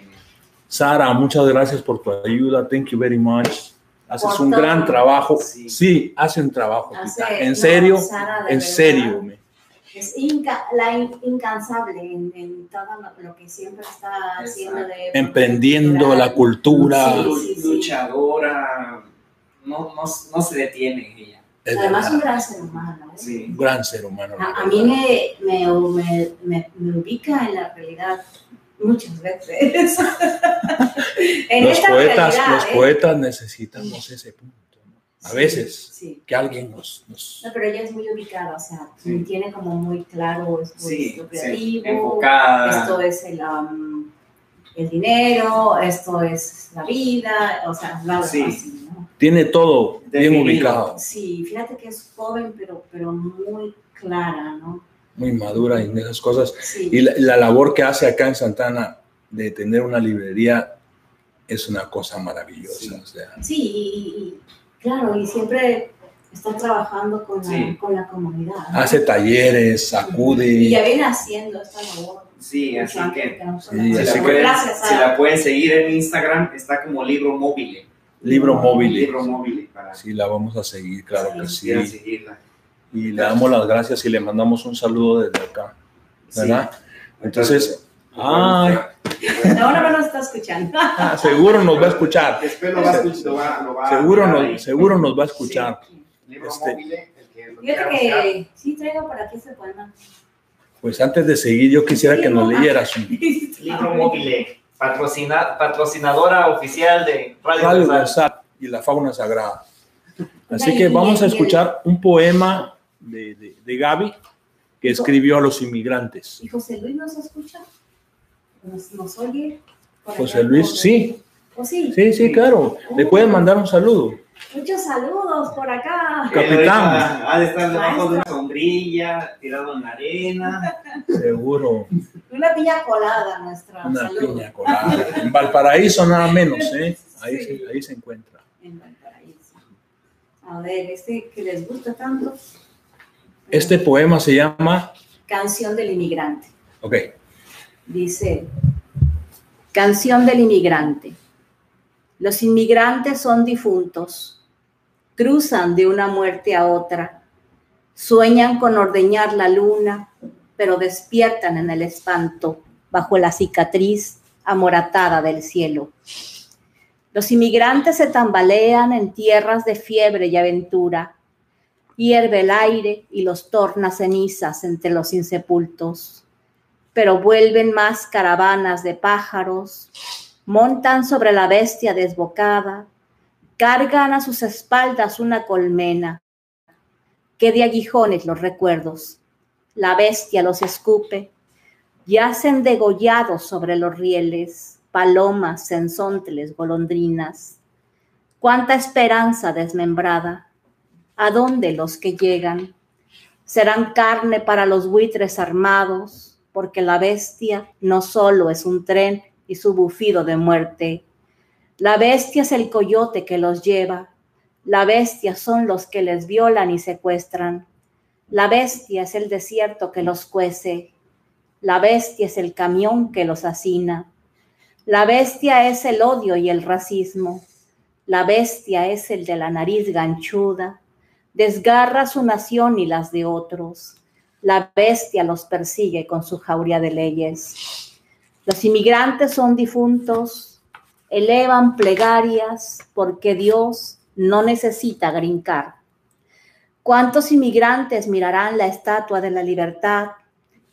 C: Sara, muchas gracias por tu ayuda. Thank you very much. Haces un
B: Por
C: gran
B: todo.
C: trabajo.
A: Sí.
C: Sí, hacen trabajo.
B: Hace-
C: Tita. En
B: no,
C: serio,
B: Sara, de
C: en
B: verdad,
C: serio. me-
B: Es inca- la in- incansable en, en todo lo, lo que siempre está haciendo. De
C: Emprendiendo la cultura.
B: Sí, sí, sí.
A: Luchadora. No, no, no se detiene ella.
C: Es
B: Además, un
C: verdad,
B: gran ser humano. ¿eh?
A: Sí.
C: un gran ser humano. la
B: A, a
C: verdad.
B: mí me, me, me, me- me ubica en la realidad muchas veces. en
C: los
B: esta
C: poetas,
B: realidad,
C: los
B: ¿eh?
C: poetas necesitamos ese punto. ¿no? A
B: Sí,
C: veces
B: Sí.
C: que alguien nos, nos-
B: No, pero ella es muy ubicada, o sea,
A: Sí.
B: tiene como muy claro esto es
A: Sí,
B: lo
A: sí,
B: creativo,
A: enfocada.
B: esto es el, am, el dinero, esto es la vida, o sea, bla, bla,
A: Sí.
B: bla, así, ¿no?
C: tiene todo bien
A: Definido.
C: ubicado,
B: Sí, fíjate que es joven, pero, pero muy clara, ¿no?
C: muy madura en esas cosas.
B: Sí.
C: Y la, la labor que hace acá en Santana de tener una librería es una cosa maravillosa.
A: Sí.
C: o sea,
B: Sí, y, y- y, claro, y siempre está trabajando con la,
A: Sí.
B: con la comunidad. ¿no?
C: hace talleres,
B: Y ya
C: sacude.
B: viene haciendo esta labor.
A: Sí, así
B: mucho antes
A: que.
B: que nosotros.
C: Sí,
A: Si
C: así
A: la,
C: que-
A: pueden,
B: Gracias,
A: si
B: Sara.
A: la pueden seguir en Instagram, está como libro móvil.
C: Libro móvil.
A: Libro móvil para
C: Sí, la vamos a seguir, claro
B: Sí.
C: que
A: si quieran
C: sí.
A: seguirla.
C: Y le damos las gracias y le mandamos un saludo desde acá,
A: Sí.
C: ¿verdad? Entonces, ay,
A: Bueno,
B: Ahora no nos está escuchando.
C: ah, seguro nos va a escuchar.
A: Después lo va a escuchar, lo va, lo va a
C: Seguro
A: poner ahí.
C: nos, seguro nos va a escuchar.
A: Libro
C: este-
A: móvil, el que lo
B: Fíjate
A: quiera buscar.
B: que sí traigo para que se puedan.
C: Pues antes de seguir, yo quisiera que nos
B: Sí, no.
C: leyeras un
A: Libro
B: Ah,
A: móvil, patrocina, patrocinadora oficial de Radio,
C: Radio
A: Universal.
C: Universal y la fauna sagrada. Así
B: Ay,
C: que
B: bien,
C: vamos a
B: bien.
C: escuchar un poema de, de, de Gaby que escribió a los inmigrantes.
B: ¿Y José Luis nos escucha? ¿Nos, nos oye? Por
C: José
B: allá,
C: Luis,
B: por-
C: sí,
B: ¿O sí?
C: sí, sí, claro. Le pueden mandar un saludo.
B: Muchos saludos por acá.
A: Él ahorita
C: Capitán.
A: Ha de estar debajo de una sombrilla, tirado en la arena.
C: Seguro,
B: Una piña colada, nuestra
C: una
B: salud.
C: piña colada. En Valparaíso nada menos, ¿eh? Ahí,
B: Sí.
C: se, ahí se encuentra.
B: en Valparaíso. A ver, este que les gusta tanto.
C: Este poema se llama,
B: Canción del inmigrante.
C: ok,
B: Dice, canción del inmigrante. Los inmigrantes son difuntos, cruzan de una muerte a otra, sueñan con ordeñar la luna, pero despiertan en el espanto bajo la cicatriz amoratada del cielo. Los inmigrantes se tambalean en tierras de fiebre y aventura, hierve el aire y los torna cenizas entre los insepultos pero vuelven más caravanas de pájaros, montan sobre la bestia desbocada, cargan a sus espaldas una colmena, que de aguijones los recuerdos. La bestia los escupe, yacen degollados sobre los rieles, palomas, censónteles, golondrinas. Cuánta esperanza desmembrada, ¿a dónde los que llegan? serán carne para los buitres armados, porque la bestia no solo es un tren y su bufido de muerte. La bestia es el coyote que los lleva. La bestia son los que les violan y secuestran. La bestia es el desierto que los cuece. La bestia es el camión que los hacina. La bestia es el odio y el racismo. La bestia es el de la nariz ganchuda desgarra su nación y las de otros. La bestia los persigue con su jauría de leyes. Los inmigrantes son difuntos, elevan plegarias porque Dios no necesita grincar. ¿Cuántos inmigrantes mirarán la estatua de la libertad,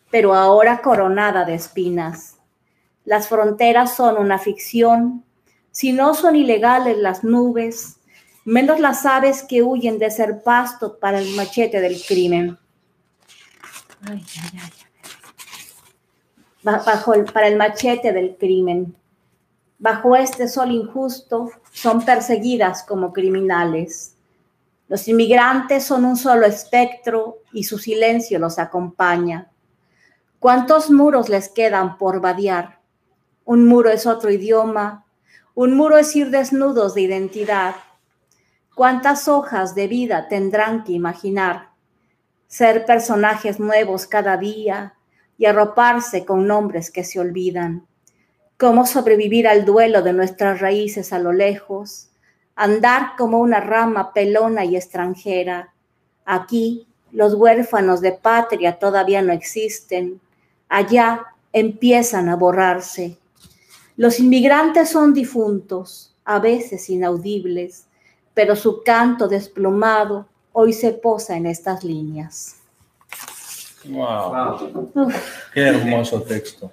B: pero ahora coronada de espinas? Las fronteras son una ficción. Si no son ilegales las nubes, menos las aves que huyen de ser pasto para el machete del crimen. Ay, ay, ay. Ba- Bajo el- para el machete del crimen. Bajo este sol injusto son perseguidas como criminales. Los inmigrantes son un solo espectro y su silencio los acompaña. ¿Cuántos muros les quedan por vadear? Un muro es otro idioma, un muro es ir desnudos de identidad. ¿Cuántas hojas de vida tendrán que imaginar? Ser personajes nuevos cada día y arroparse con nombres que se olvidan. ¿Cómo sobrevivir al duelo de nuestras raíces a lo lejos? Andar como una rama pelona y extranjera. Aquí los huérfanos de patria todavía no existen. Allá empiezan a borrarse. Los inmigrantes son difuntos, a veces inaudibles, pero su canto desplumado hoy se posa en estas líneas.
C: Wow. wow. Qué hermoso texto.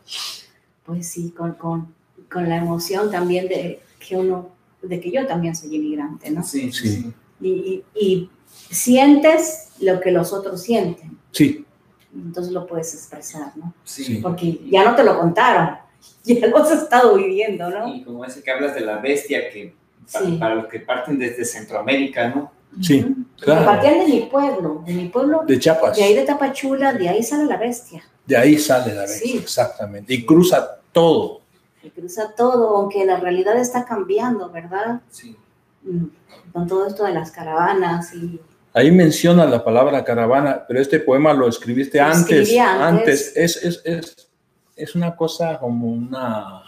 B: Pues sí, con, con, con, la emoción también de que uno, de que yo también soy inmigrante, ¿no?
C: Sí, sí.
B: y, y, y sientes lo que los otros sienten.
C: Sí.
B: Entonces lo puedes expresar, ¿no?
A: Sí.
B: Porque ya no te lo contaron, ya lo has estado viviendo, ¿no?
A: Y como ese que hablas de la bestia, que pa sí. para los que parten desde Centroamérica, ¿no?
C: Sí, uh -huh. claro.
B: Que partían de mi pueblo, de mi pueblo.
C: De Chiapas.
B: De ahí de Tapachula, de ahí sale la bestia.
C: De ahí sale la bestia, sí. exactamente. Y cruza todo.
B: Y cruza todo, aunque la realidad está cambiando, ¿verdad?
A: Sí.
B: mm, Con todo esto de las caravanas y
C: Ahí menciona la palabra caravana, pero este poema lo escribiste lo antes. Antes, antes. Es, es, es, es, una cosa como una...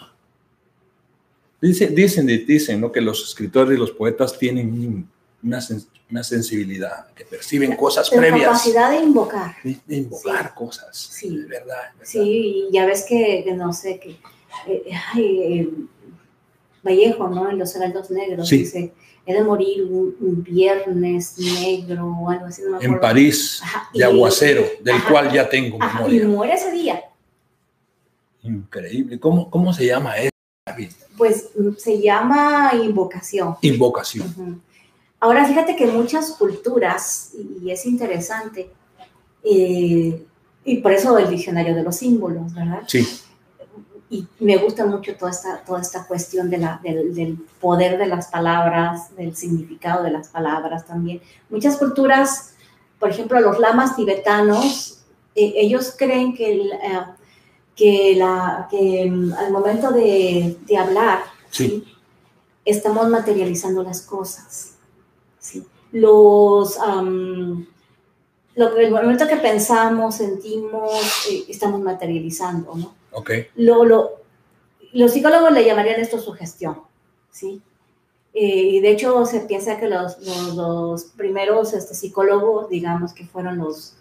C: Dicen, dicen, dicen ¿no? que los escritores y los poetas tienen una, una sensibilidad, que perciben cosas
B: pero
C: previas.
B: capacidad de invocar.
C: De, de invocar sí. cosas, sí. De verdad, de verdad,
B: Sí, ya ves que, que no sé, que... Eh, ay, eh, Vallejo, ¿no? En los heraldos negros, sí. dice he de morir un, un, viernes negro o algo así. No me
C: en París, ajá, de y, aguacero, del ajá, cual ya tengo
B: ajá, memoria. y muere ese día.
C: Increíble. ¿Cómo, cómo se llama eso,
B: Pues se llama invocación.
C: Invocación.
B: Uh -huh. Ahora fíjate que muchas culturas, y es interesante, eh, y por eso el diccionario de los símbolos, ¿verdad?
C: Sí
B: y me gusta mucho toda esta, toda esta cuestión de la, del, del, poder de las palabras, del significado de las palabras también. Muchas culturas, por ejemplo, los lamas tibetanos, eh, ellos creen que, el, eh, que, la, que mm, al momento de, de hablar,
C: sí.
B: ¿sí? estamos materializando las cosas. ¿sí? Los. Um, lo que, el momento que pensamos, sentimos, eh, estamos materializando, ¿no?
C: Okay.
B: Lo, lo, los psicólogos le llamarían esto sugestión, ¿sí? Eh, y de hecho se piensa que los, los, los primeros este, psicólogos, digamos, que fueron los,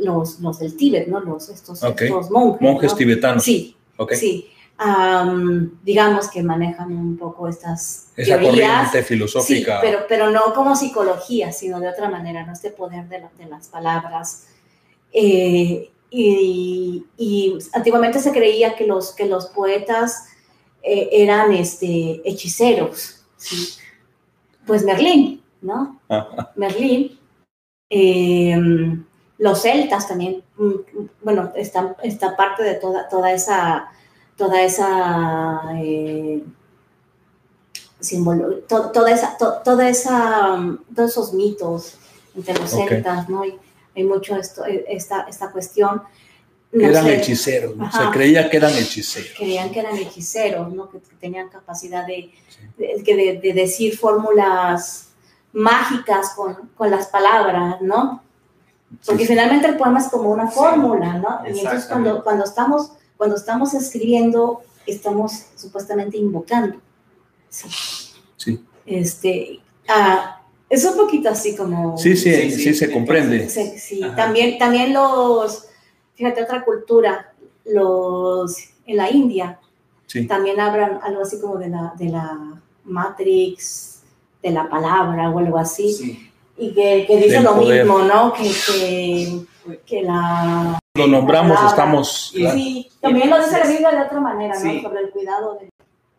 B: los, del Tíbet, ¿no? Los, estos,
C: okay.
B: estos monjes.
C: Monjes
B: ¿no?
C: tibetanos.
B: Sí,
C: okay.
B: sí. Um, digamos que manejan un poco estas
C: Esa
B: teorías,
C: corriente filosófica.
B: Sí, pero, pero no como psicología, sino de otra manera, ¿no? Este poder de, la, de las palabras. Eh, y, y, antiguamente se creía que los, que los poetas eh, eran este, hechiceros. ¿sí? Pues Merlín, ¿no? Merlín. Eh, los celtas también, mm, bueno, esta, esta parte de toda, toda esa, toda esa, eh, simbolo, to, toda esa, to, toda esa, mm, todos esos mitos entre los
C: Okay.
B: celtas, ¿no? Y, hay mucho esto, e, esta, esta cuestión.
C: No eran sé, hechiceros, ¿no? se creía que eran hechiceros.
B: Creían que eran hechiceros, ¿no? que, que tenían capacidad de, sí. de, de, de decir fórmulas mágicas con, con, las palabras, ¿no? Porque sí. finalmente el poema es como una fórmula, ¿no? Y entonces cuando, cuando, estamos, cuando estamos escribiendo, estamos supuestamente invocando. Sí.
C: sí.
B: Este, ah, es un poquito así como...
C: Sí, sí, sí, sí, sí se comprende.
B: Sí, Pues, sí. También, también los, fíjate, otra cultura, los, en la India, también hablan algo así como de la, de la Matrix, de la palabra o algo así, y que, que dice
C: Del
B: lo
C: poder.
B: mismo, ¿no? Que, que, que la...
C: Lo nombramos,
B: palabra-
C: estamos...
B: Sí, también lo dice la Biblia de otra manera, ¿no? Sobre el cuidado del,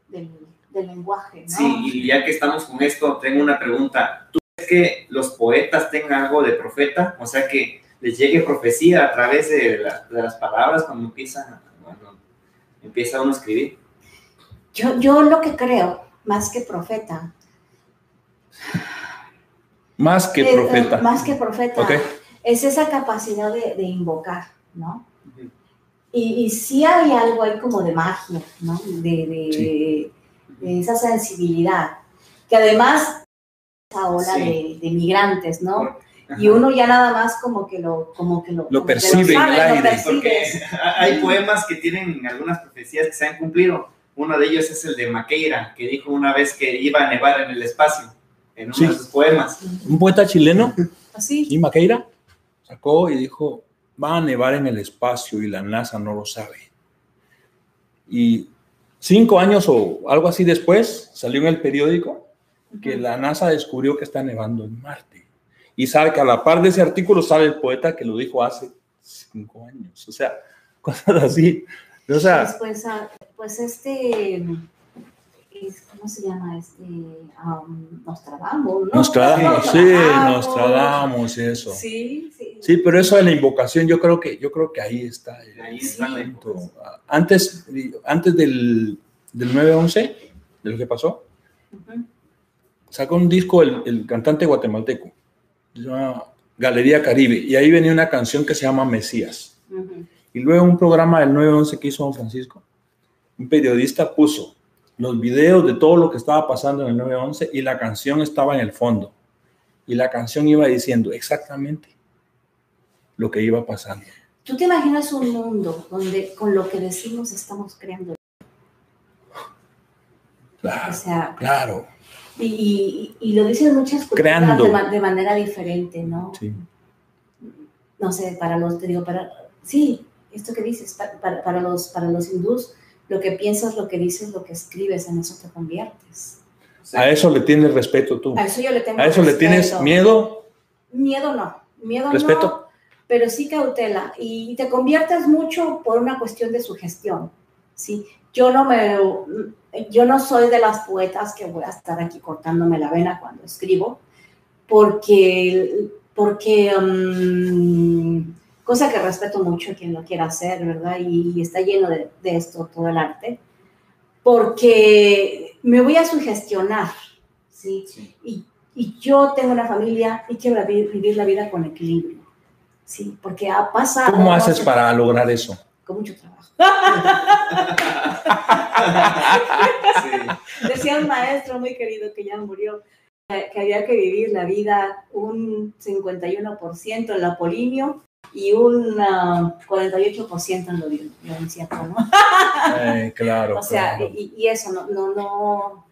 B: del, del lenguaje, ¿no?
A: Sí, y ya que estamos con esto, tengo una pregunta. ¿Tú crees que los poetas tengan algo de profeta? O sea, que les llegue profecía a través de, la- de las palabras cuando empiezan, a- cuando empieza uno a escribir.
B: Yo, yo lo que creo, más que profeta,
C: Más que
B: Eh,
C: profeta.
B: eh, más que profeta.
C: Ok.
B: Es esa capacidad de, de invocar, ¿no?
A: Ujú.
B: Y, y sí hay algo ahí como de magia, ¿no? De, de-
C: Sí.
B: Eh, de esa sensibilidad. Que además esa ola
A: Sí.
B: de, de migrantes, ¿no?
A: Ajá.
B: Y uno ya nada más como que lo, como que lo, como que
C: percibe en
B: sabe,
C: el
B: lo
C: aire.
A: Porque
B: percibe.
A: hay poemas que tienen algunas profecías que se han cumplido. Uno de ellos es el de Maqueira, que dijo una vez que iba a nevar en el espacio, en uno
C: Sí.
A: de sus poemas.
C: Un poeta chileno,
B: Así.
C: y Maqueira, sacó y dijo, va a nevar en el espacio y la NASA no lo sabe. Y cinco años o algo así después salió en el periódico que la NASA descubrió que está nevando en Marte. Y sabe que a la par de ese artículo sale el poeta que lo dijo hace cinco años. O sea, cosas así. O sea,
B: Pues, ah, pues este, es- ¿cómo se llama? Este, um, Nostradamus, ¿no?
C: Nostradamus, sí, Nostradamus, eso.
B: Sí, sí.
C: Sí, pero eso de la invocación, yo creo que, yo creo que ahí está. el
A: Ahí está la
C: punto. Antes, antes del, del 9-11, de lo que pasó,
B: Ujú.
C: sacó un disco el, el cantante guatemalteco, se llama Galería Caribe, y ahí venía una canción que se llama Mesías.
B: Ujú.
C: Y luego un programa del 9-11 que hizo Don Francisco, un periodista puso los videos de todo lo que estaba pasando en el 9-11 y la canción estaba en el fondo. Y la canción iba diciendo exactamente lo que iba pasando.
B: ¿Tú te imaginas un mundo donde con lo que decimos estamos creando? O
C: Claro,
B: sea,
C: claro.
B: y, y- y lo dicen muchas culturas
C: Creando.
B: de, ma- de manera diferente, ¿no?
C: Sí.
B: No sé, para los, te digo, para, sí, esto que dices, pa- para, para los, para los hindús, lo que piensas, lo que dices, lo que escribes, en eso te conviertes.
C: A eso le tienes respeto tú.
B: A eso yo le tengo
C: A eso le tienes
B: respeto.
C: miedo.
B: Miedo no, miedo
C: Respeto.
B: no, pero sí cautela. Y te conviertes mucho por una cuestión de sugestión, ¿sí? Yo no me, yo no soy de las poetas que voy a estar aquí cortándome la vena cuando escribo, porque, porque, mm, cosa que respeto mucho a quien lo quiera hacer, ¿verdad? Y, está lleno de, de esto todo el arte, porque me voy a sugestionar, ¿sí?
A: Sí.
B: y, y yo tengo una familia y quiero la vi- vivir la vida con equilibrio. Sí, porque ha pasado.
C: ¿Cómo haces para lograr eso?
B: Con mucho trabajo.
A: Sí.
B: Decía un maestro muy querido que ya murió, eh, que había que vivir la vida un 51% en la polimio y un ah, 48% en lo vi- violencia. ¿no?
C: Eh, claro.
B: O sea,
C: claro.
B: y, y eso, no, no, no.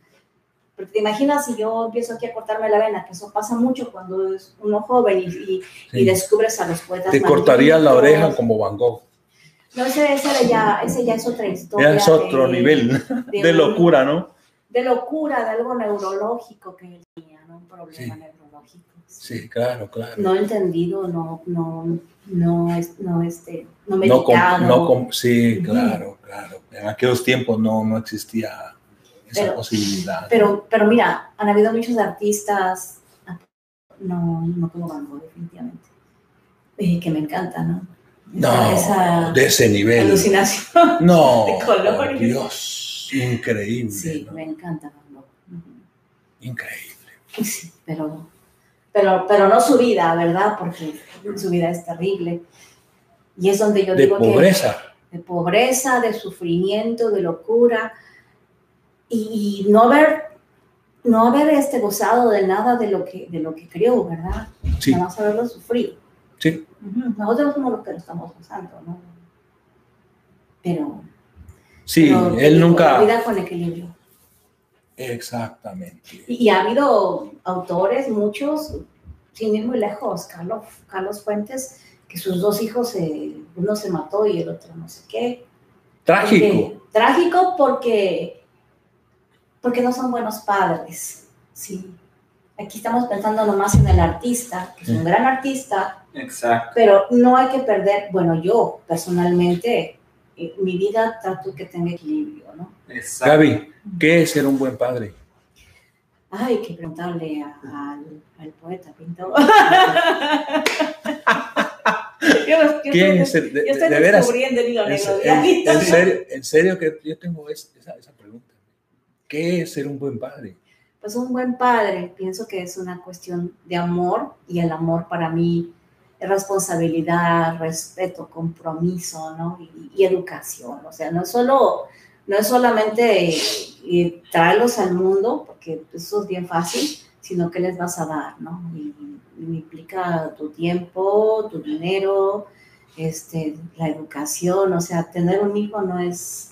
B: Porque te imaginas si yo empiezo aquí a cortarme la vena, que eso pasa mucho cuando es uno joven y, y- y
C: Sí.
B: descubres a los poetas.
C: Te cortarías la
B: malditos.
C: oreja como Van Gogh.
B: No, ese, ese ya, ese ya es otra historia.
C: Ya es otro
B: de-
C: nivel de
B: un-
C: locura, ¿no?
B: De locura, de algo neurológico que él tenía, ¿no? Un problema
C: Sí.
B: neurológico.
C: Sí, claro, claro.
B: No entendido, no, no, no, es- no, este, no
C: No, com-
B: meditado.
C: no com- sí,
B: Ujú.
C: claro, claro. En aquellos tiempos no, no existía esa
B: Pero-
C: posibilidad.
B: pero, pero mira, han habido muchos artistas, no, no como Van Gogh, definitivamente, Eh, que me encanta, ¿no?
C: no,
B: esa
C: de ese nivel.
B: Alucinación.
C: No,
B: de colores.
C: por Dios, increíble,
B: Sí,
C: ¿no?
B: me encanta Van Gogh. Ujú.
C: increíble.
B: Sí, pero, pero, pero no su vida, ¿verdad? Porque su vida es terrible. Y es donde yo
C: De
B: digo
C: pobreza.
B: que de pobreza, de sufrimiento, de locura, y, y no haber, no haber este gozado de nada de lo que, de lo que creó, ¿verdad?
C: Sí,
B: Nada más haberlo sufrido.
C: sí.
B: Ujú, Nosotros somos los que lo estamos gozando, ¿no? Pero,
C: Sí,
B: pero
C: él
B: La
C: nunca.
B: vida con equilibrio.
C: Exactamente.
B: Y, y ha habido autores, muchos, sin ir muy lejos, Carlos, Carlos Fuentes, que sus dos hijos, se- uno se mató y el otro no sé qué.
C: Trágico.
B: Porque- trágico porque, porque no son buenos padres. Sí. Aquí estamos pensando nomás en el artista, que es un
C: Sí.
B: gran artista,
A: Exacto.
B: pero no hay que perder, bueno, yo personalmente, eh, mi vida trato que tenga equilibrio, ¿no?
A: Exacto.
C: Gaby, ¿qué es ser un buen padre?
B: Ay, hay que preguntarle a- al, al poeta pintor.
C: ¿Qué es ser- de,
B: yo estoy
C: de veras?
B: descubriendo el hilo
C: En,
B: negro de
C: en-
B: ahí.
C: en serio, en serio que yo tengo es- esa, esa pregunta. ¿Qué es ser un buen padre?
B: Pues un buen padre, pienso que es una cuestión de amor y el amor para mí es responsabilidad, respeto, compromiso, ¿no? Y, y educación, o sea, no es solo, no es solamente eh, eh, traerlos al mundo, porque eso es bien fácil, sino qué les vas a dar, ¿no? Y, y implica tu tiempo, tu dinero, este, la educación, o sea, tener un hijo no es,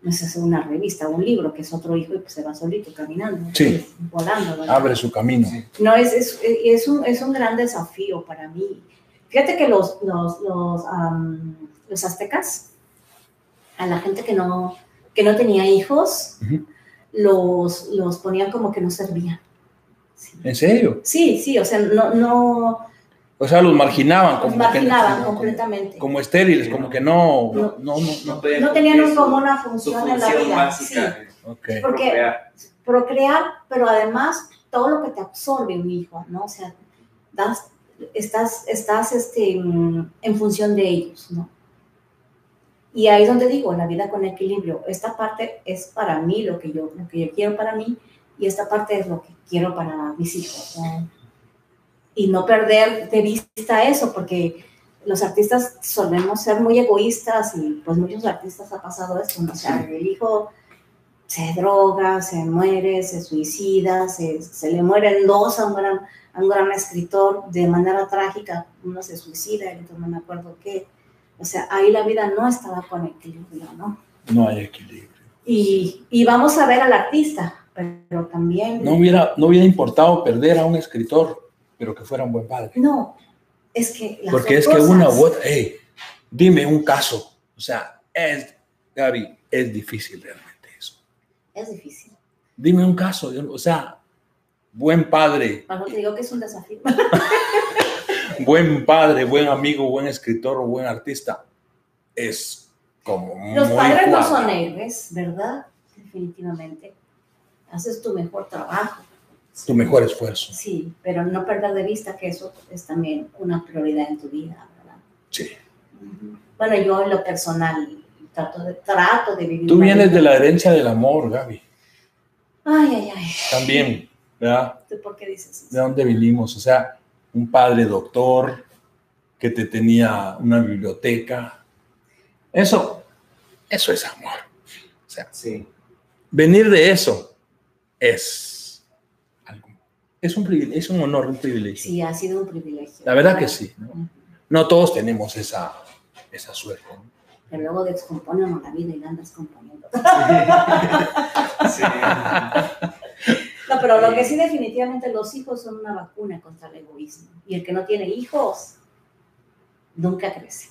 B: no es hacer una revista, un libro, que es otro hijo y pues se va solito caminando,
C: Sí.
B: volando, ¿verdad?
C: Abre su camino.
A: Sí.
B: No, es, es, es, un, es un gran desafío para mí. Fíjate que los, los, los, am, los aztecas, a la gente que no, que no tenía hijos,
C: Ujú.
B: los, los ponían como que no servían. Sí,
C: ¿En serio?
B: sí, sí, o sea, no, no
C: O sea, los marginaban.
B: los
C: Ah, Como
B: marginaban
C: que-
B: completamente.
C: como estériles, como que no, no, no, no.
A: podían
B: No tenían
A: cumplir
B: un- como
A: su-
B: una
A: su
B: función en la
A: función
B: vida.
A: básica.
B: sí.
A: de
C: Ok.
B: Porque-
A: procrear.
B: procrear, pero además todo lo que te absorbe un hijo, ¿no? O sea, das- estás, estás este, mm, en función de ellos, ¿no? Y ahí es donde digo, la vida con equilibrio, esta parte es para mí lo que yo, lo que yo quiero para mí y esta parte es lo que quiero para mis hijos. ¿no? Y no perder de vista eso, porque los artistas solemos ser muy egoístas y pues muchos artistas ha pasado esto, ¿no? o sea, el hijo se droga, se muere, se suicida, se, se le mueren dos a un, gran, a un gran escritor de manera trágica, uno se suicida, el otro no me acuerdo qué. O sea, ahí la vida no estaba con equilibrio, ¿no?
C: No hay equilibrio.
B: Y, y vamos a ver al artista, pero también...
C: No hubiera, no hubiera importado perder a un escritor, pero que fuera un buen padre.
B: No, es que... las
C: Porque
B: dos
C: es que una
B: cosas-
C: u otra, hey, dime un caso. O sea, es, Gaby, es difícil realmente eso.
B: Es difícil.
C: Dime un caso, yo- o sea, buen padre,
B: Por eso te digo que es un desafío.
C: buen padre, buen amigo, buen escritor o buen artista. Es como
B: Los
C: muy
B: padres no
C: cuadra.
B: son héroes, ¿verdad? Definitivamente. Haces tu mejor trabajo.
C: Tu mejor esfuerzo.
B: Sí, pero no perder de vista que eso es también una prioridad en tu vida, ¿verdad?
C: Sí.
B: Bueno, yo en lo personal trato de, trato de vivir.
C: Tú
B: una
C: vienes
B: vida-
C: de la herencia del amor, Gaby.
B: Ay, ay, ay.
C: También, ¿verdad?
B: ¿Tú por qué dices
C: de
B: eso?
C: dónde vinimos. O sea, un padre doctor que te tenía una biblioteca. Eso, eso es amor. O sea,
A: Sí.
C: venir de eso es algo. Es un, privile- es un honor, un privilegio.
B: Sí, ha sido un privilegio.
C: La verdad que sí. No, No todos tenemos esa, esa suerte. ¿no?
B: Pero luego descompone uno la vida y la andas componiendo.
A: Sí.
B: No, pero lo que sí definitivamente los hijos son una vacuna contra el egoísmo. Y el que no tiene hijos nunca crece.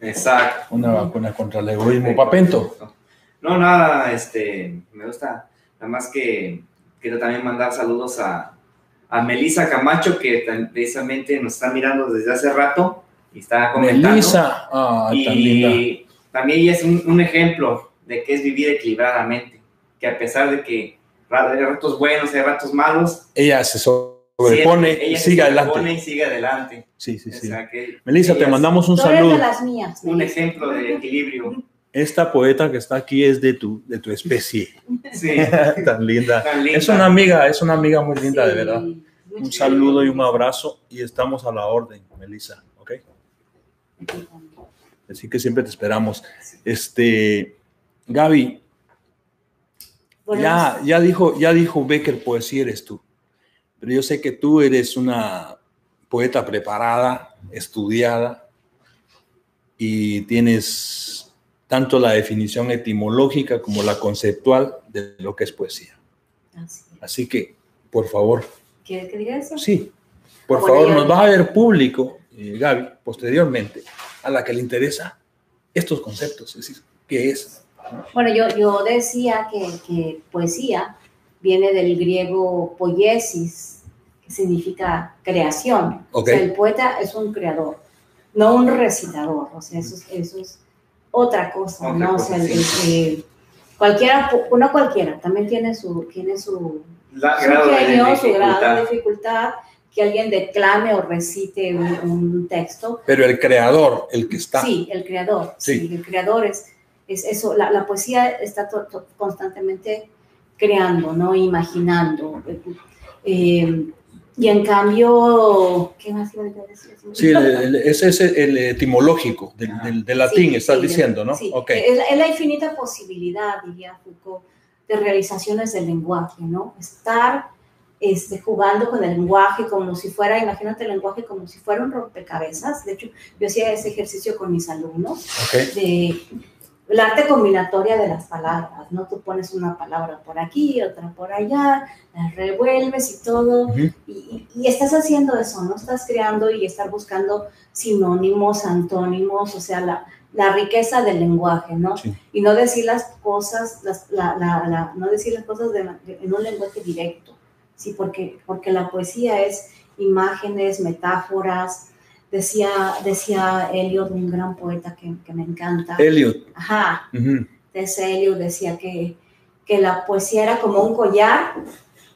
A: Exacto.
C: Una vacuna contra el egoísmo. Papento.
A: No, nada, este, me gusta. Nada más que quiero también mandar saludos a, a Melisa Camacho, que tan- precisamente nos está mirando desde hace rato y está comentando.
C: Melissa. Ay, Ah, tan linda.
A: y también ella es un, un ejemplo de qué es vivir equilibradamente, que a pesar de que ra- hay ratos buenos, hay ratos malos,
C: Ella se sobrepone
A: siempre-
C: y
A: ella se
C: sigue
A: sobrepone
C: adelante.
A: y sigue adelante.
C: Sí, sí, sí.
A: O sea, que
C: Melissa, te
A: ella es
C: mandamos un
B: Tú eres
C: saludo.
B: de las mías.
A: Un
B: Melissa.
A: ejemplo de equilibrio.
C: Esta poeta que está aquí es de tu, de tu especie.
A: Sí,
C: Tan linda.
A: tan linda.
C: Es una amiga, es una amiga muy linda, de
B: Sí.
C: verdad. Un
B: Muchas
C: saludo y un
B: gracias.
C: abrazo y estamos a la orden, Melissa, ¿ok? Así que siempre te esperamos. Este, Gaby,
B: Bueno,
C: ya, ya, dijo, ya dijo Becker, poesía eres tú. Pero yo sé que tú eres una poeta preparada, estudiada, y tienes tanto la definición etimológica como la conceptual de lo que es poesía.
B: así es.
C: Así que, por favor,
B: ¿Quieres que diga eso?
C: sí, por
B: Bueno,
C: favor,
B: yo-
C: nos va a ver público, eh, Gaby, posteriormente, a la que le interesa estos conceptos, es decir, qué es.
B: Bueno, yo, yo decía que, que poesía viene del griego poiesis, que significa creación.
C: Ok.
B: O sea, el poeta es un creador, no un recitador. O sea, eso es, eso es otra cosa,
A: Otra
B: ¿no?
A: cosa,
B: o sea, el-
A: sí.
B: el- cualquiera, po- no cualquiera, también tiene su, tiene su,
A: La- Ah,
B: su
A: grado de
B: genio, su grado de
A: dificultad.
B: dificultad, que alguien declame o recite un- un texto.
C: Pero el creador, el que está,
B: Sí, el creador.
C: Sí.
B: Sí, el creador es, es eso. La, la poesía está to- to- constantemente creando, ¿no? Imaginando. Eh, y en cambio, ¿qué más iba a decir?
C: sí, el- el- ese es el etimológico del, del- del latín,
B: Ah. Sí,
C: estás
B: sí,
C: diciendo, ¿no?
B: sí. Eh,
C: Ok,
B: Es, la, es la infinita posibilidad, diría Foucault, de realizaciones del lenguaje, ¿no? Estar este, jugando con el lenguaje como si fuera, imagínate el lenguaje como si fuera un rompecabezas. De hecho, yo hacía ese ejercicio con mis alumnos
C: Ok.
B: de el arte combinatoria de las palabras, ¿no? Tú pones una palabra por aquí, otra por allá, las revuelves y todo,
C: Ujú.
B: y, y- y estás haciendo eso, ¿no? Estás creando y estás buscando sinónimos, antónimos, o sea, la, la riqueza del lenguaje, ¿no?
C: Sí.
B: Y no decir las cosas, las- la- la- la- no decir las cosas de- de- en un lenguaje directo, ¿sí? Porque, porque la poesía es imágenes, metáforas, decía, decía Eliot, un gran poeta que, que me encanta.
C: Elliot.
B: Ajá,
C: Ujú.
B: de Eliot decía que, que la poesía era como un collar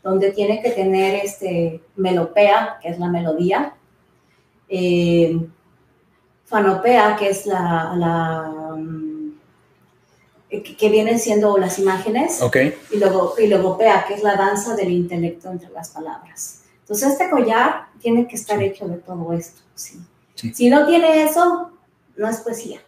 B: donde tiene que tener este melopea, que es la melodía, eh, fanopea, que es la, la, mm, eh, que, que vienen siendo las imágenes,
C: Ok.
B: y, luego, y logopea, que es la danza del intelecto entre las palabras. Entonces este collar tiene que estar hecho de todo esto. ¿sí?
C: Sí.
B: Si no tiene eso, no es poesía.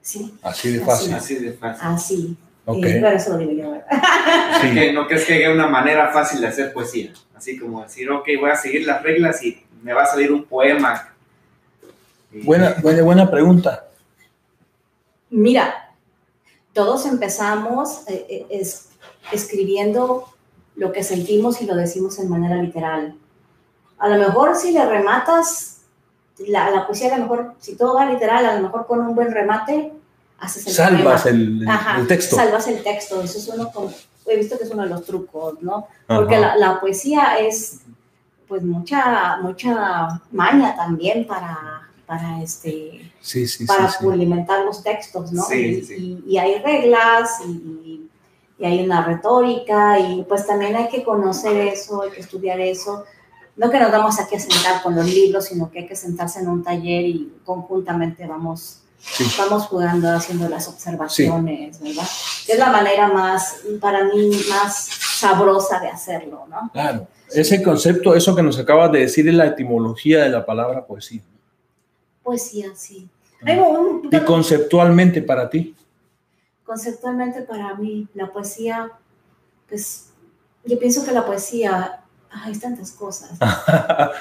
B: Sí,
C: Así de
B: Así.
C: fácil.
A: Así de
B: Ah.
A: fácil.
B: así.
C: Ok.
B: Eh, pero eso lo digo yo, ¿verdad?
A: Así
C: Sí.
A: que no crees que haya una manera fácil de hacer poesía. Así como decir, ok, voy a seguir las reglas y me va a salir un poema. Y-
C: Buena, buena, buena pregunta.
B: Mira, todos empezamos eh, eh, es- escribiendo lo que sentimos y lo decimos en manera literal. A lo mejor si le rematas la, la poesía, a lo mejor, si todo va literal, a lo mejor con un buen remate, haces el
C: Salvas
B: poema.
C: el, el-
B: Ajá,
C: el texto.
B: Salvas el texto, eso es uno como, he visto que es uno de los trucos, ¿no?
C: Ajá.
B: Porque la, la poesía es, pues, mucha, mucha maña también para, para este,
C: Sí, sí, sí.
B: para
C: sí.
B: pulimentar los textos, ¿no?
A: Sí,
B: y,
A: sí.
B: y- y hay reglas y, y hay una retórica y pues también hay que conocer eso, hay que estudiar eso. No que nos vamos aquí a sentar con los libros, sino que hay que sentarse en un taller y conjuntamente vamos,
C: Sí.
B: vamos jugando, haciendo las observaciones, ¿verdad? Es la manera más, para mí, más sabrosa de hacerlo, ¿no?
C: Claro. Ese concepto, eso que nos acabas de decir, es la etimología de la palabra poesía.
B: Poesía, Pues sí.
C: Ah.
B: Hay un-
C: Y conceptualmente para ti.
B: conceptualmente para mí la poesía, pues yo pienso que la poesía, ay, hay tantas cosas.
C: Ah,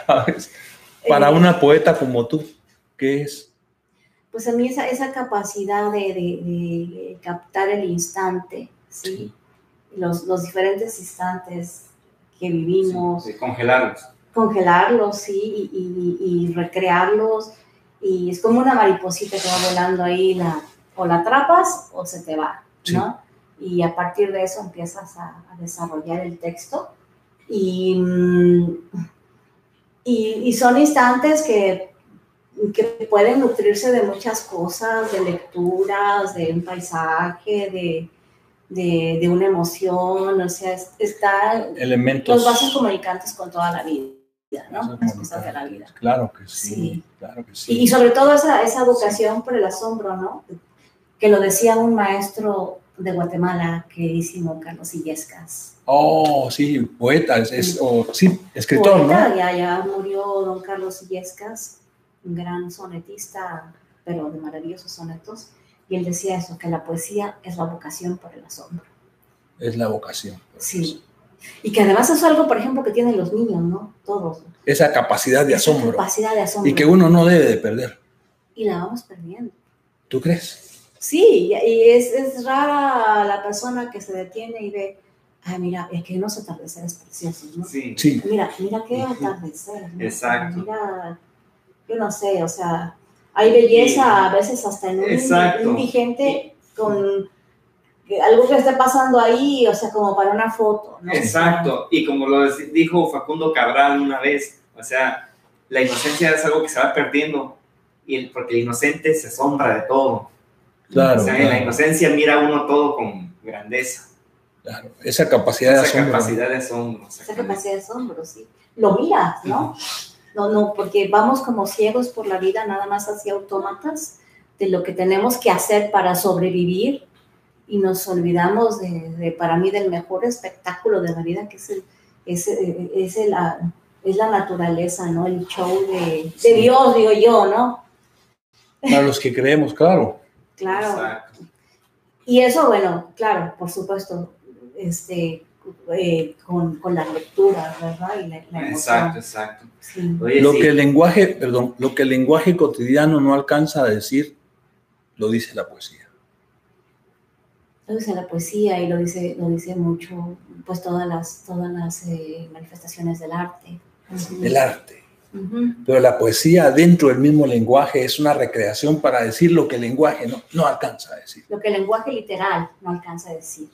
C: para
B: Eh,
C: una poeta como tú, ¿qué es?
B: Pues a mí esa, esa capacidad de, de- de captar el instante, ¿sí? Los, los diferentes instantes que
A: Sí,
B: vivimos,
A: de congelarlos.
B: congelarlos, sí, y, y- y recrearlos. Y es como una mariposita que va volando ahí, la, o la atrapas o se te va,
C: Sí.
B: ¿no? Y a partir de eso empiezas a, a desarrollar el texto. Y, mm, y, y son instantes que, que pueden nutrirse de muchas cosas, de lecturas, de un paisaje, de, de- de una emoción, o sea, es- está
C: Elementos.
B: los vasos comunicantes con toda la vida, ¿no? Las cosas de la vida.
C: Claro que sí.
B: Sí.
C: Claro que sí.
B: Y, y sobre todo esa, esa vocación por el asombro, ¿no? Que lo decía un maestro de Guatemala, queridísimo Carlos Illescas.
C: Oh, sí, poeta, es, es- o, sí, escritor,
B: Poeta,
C: ¿no?
B: ya, ya murió don Carlos Illescas, un gran sonetista, pero de maravillosos sonetos. Y él decía eso, que la poesía es la vocación por el asombro.
C: Es la vocación. pues,
B: Sí. Y que además es algo, por ejemplo, que tienen los niños, ¿no? Todos.
C: Esa capacidad de
B: Esa
C: asombro.
B: Capacidad de asombro.
C: Y que uno no debe de perder.
B: y la vamos perdiendo.
C: ¿Tú crees?
B: Sí, y- y es, es rara la persona que se detiene y ve, ah, mira, es que unos atardeceres preciosos, ¿no?
A: Sí.
C: Sí.
B: Mira, mira qué atardecer, ¿no?
A: Exacto.
B: Mira, yo no sé, o sea, hay belleza a veces hasta en un
A: Exacto.
B: indigente con que algo que esté pasando ahí, o sea, como para una foto, ¿no?
A: Exacto, y como lo dec- dijo Facundo Cabral una vez, o sea, la inocencia es algo que se va perdiendo, y el- porque el inocente se asombra de todo.
C: Claro,
A: o sea, en la
C: claro,
A: inocencia mira uno todo con grandeza,
C: claro. Esa capacidad de
A: esa
C: asombro.
A: capacidad de asombro. o sea,
B: Esa
A: que-
B: capacidad de asombro, sí. Lo miras, ¿no? No, no, porque vamos como ciegos por la vida, nada más hacia autómatas, de lo que tenemos que hacer para sobrevivir y nos olvidamos de, de, para mí, del mejor espectáculo de la vida, que es, el, es, eh, es el, ah, es la naturaleza, ¿no? El show de, de Dios, digo yo, ¿no?
C: Para los que creemos, claro.
B: Claro.
A: Exacto.
B: Y eso, bueno, claro, por supuesto, este, eh, con, con, la lectura, ¿verdad? Y la, la
A: exacto, exacto.
B: Sí.
A: Oye,
C: lo
A: sí.
C: que el lenguaje, perdón, lo que el lenguaje cotidiano no alcanza a decir, lo dice la poesía.
B: Lo dice la poesía y lo dice, lo dice mucho, pues todas las, todas las eh, manifestaciones del arte. Ujú.
C: El arte.
B: Ujú.
C: Pero la poesía dentro del mismo lenguaje es una recreación para decir lo que el lenguaje no, no alcanza a decir.
B: Lo que el lenguaje literal no alcanza a decir.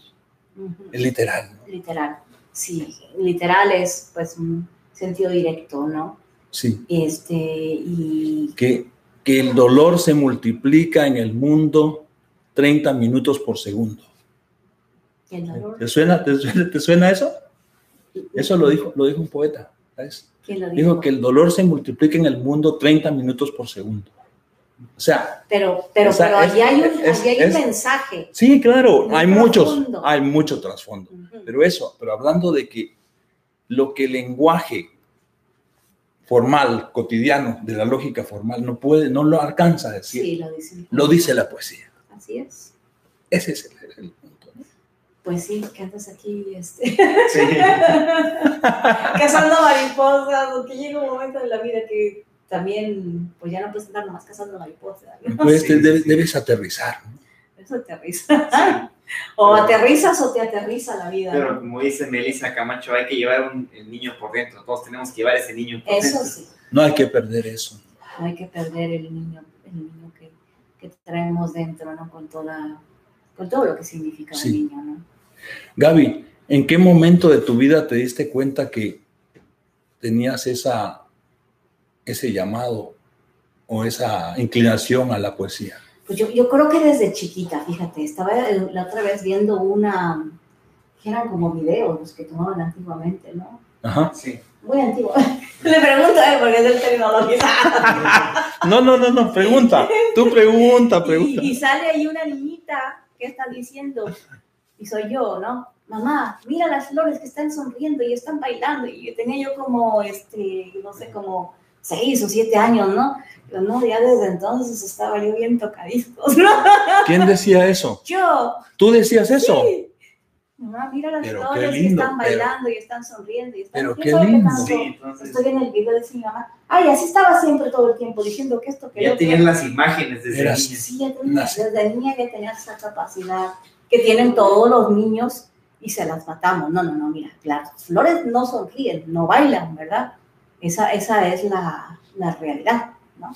B: Ujú.
C: Es literal, ¿no?
B: Literal, sí. Literal es, pues, un sentido directo, ¿no?
C: Sí.
B: Este, y
C: Que, que el dolor se multiplica en el mundo 30 minutos por segundo.
B: y el dolor.
C: ¿Te suena, te suena, te suena eso? Eso lo dijo, lo dijo un poeta. ¿sabes?
B: ¿Quién lo dijo?
C: Dijo que el dolor se multiplica en el mundo 30 minutos por segundo. O sea,
B: Pero, pero,
C: O sea,
B: pero
C: es-
B: allí hay un,
C: es-
B: allí hay
C: es-
B: un mensaje.
C: sí, claro,
B: Muy
C: hay muchos,
B: profundo.
C: hay mucho trasfondo.
B: Ujú.
C: Pero eso, pero hablando de que lo que el lenguaje formal, cotidiano, de la lógica formal, no puede, no lo alcanza a decir,
B: Sí, lo dice.
C: lo dice la poesía.
B: Así es.
C: Ese es el, el punto.
B: Pues sí, que andas aquí este,
A: Sí.
B: cazando mariposas, porque llega un momento de la vida que también, pues ya no puedes estar nomás cazando mariposas. ¿no?
C: Entonces,
A: Sí,
C: te- debes,
A: sí.
C: debes aterrizar. ¿no?
B: Eso aterriza. o
A: Pero-
B: aterrizas o te aterriza la vida.
A: Pero
B: ¿no?
A: como dice Melissa Camacho, hay que llevar un, el niño por dentro. Todos tenemos que llevar ese niño por
B: Eso
A: dentro.
B: sí,
C: No hay que perder eso.
B: no hay que perder el niño, el niño que, que traemos dentro, ¿no? Con toda, con todo lo que significa
C: Sí.
B: el niño, ¿no?
C: Gaby, ¿en qué momento de tu vida te diste cuenta que tenías esa, ese llamado o esa inclinación a la poesía?
B: Pues yo, yo creo que desde chiquita, fíjate, estaba el- la otra vez viendo una, que eran como videos los que tomaban antiguamente, ¿no?
C: Ajá.
A: Sí.
B: Muy antiguo. Le pregunto a él porque es el tecnologista.
C: Ah, No, no, no, no, pregunta. Tú pregunta, pregunta.
B: Y, y sale ahí una niñita que está diciendo, y soy yo, ¿no? Mamá, mira las flores que están sonriendo y están bailando. Y yo tenía yo como, este, no sé, como seis o siete años, ¿no? Pero no, ya desde entonces estaba yo bien tocadiscos, ¿no?
C: ¿Quién decía eso?
B: Yo,
C: ¿Tú decías eso?
B: sí. Mamá, mira las
C: Pero qué
B: flores
C: lindo,
B: que están
C: pero-
B: bailando y están sonriendo. Y están,
C: pero
B: ¿Quién
C: qué
B: sabe
C: lindo.
B: tanto?
A: Sí, entonces
B: Ah, Estoy en el video de mi mamá. Ay, así estaba siempre todo el tiempo diciendo que esto, que lo
A: ya
B: otro.
A: tenían las imágenes desde
C: Eras-
A: niños.
B: Sí, ya tenía-
C: Nace.
B: desde niña que tenía esa capacidad que tienen todos los niños y se las matamos. No, no, no, mira, las flores no sonríen, no bailan, ¿verdad? Esa, esa es la, la realidad, ¿no?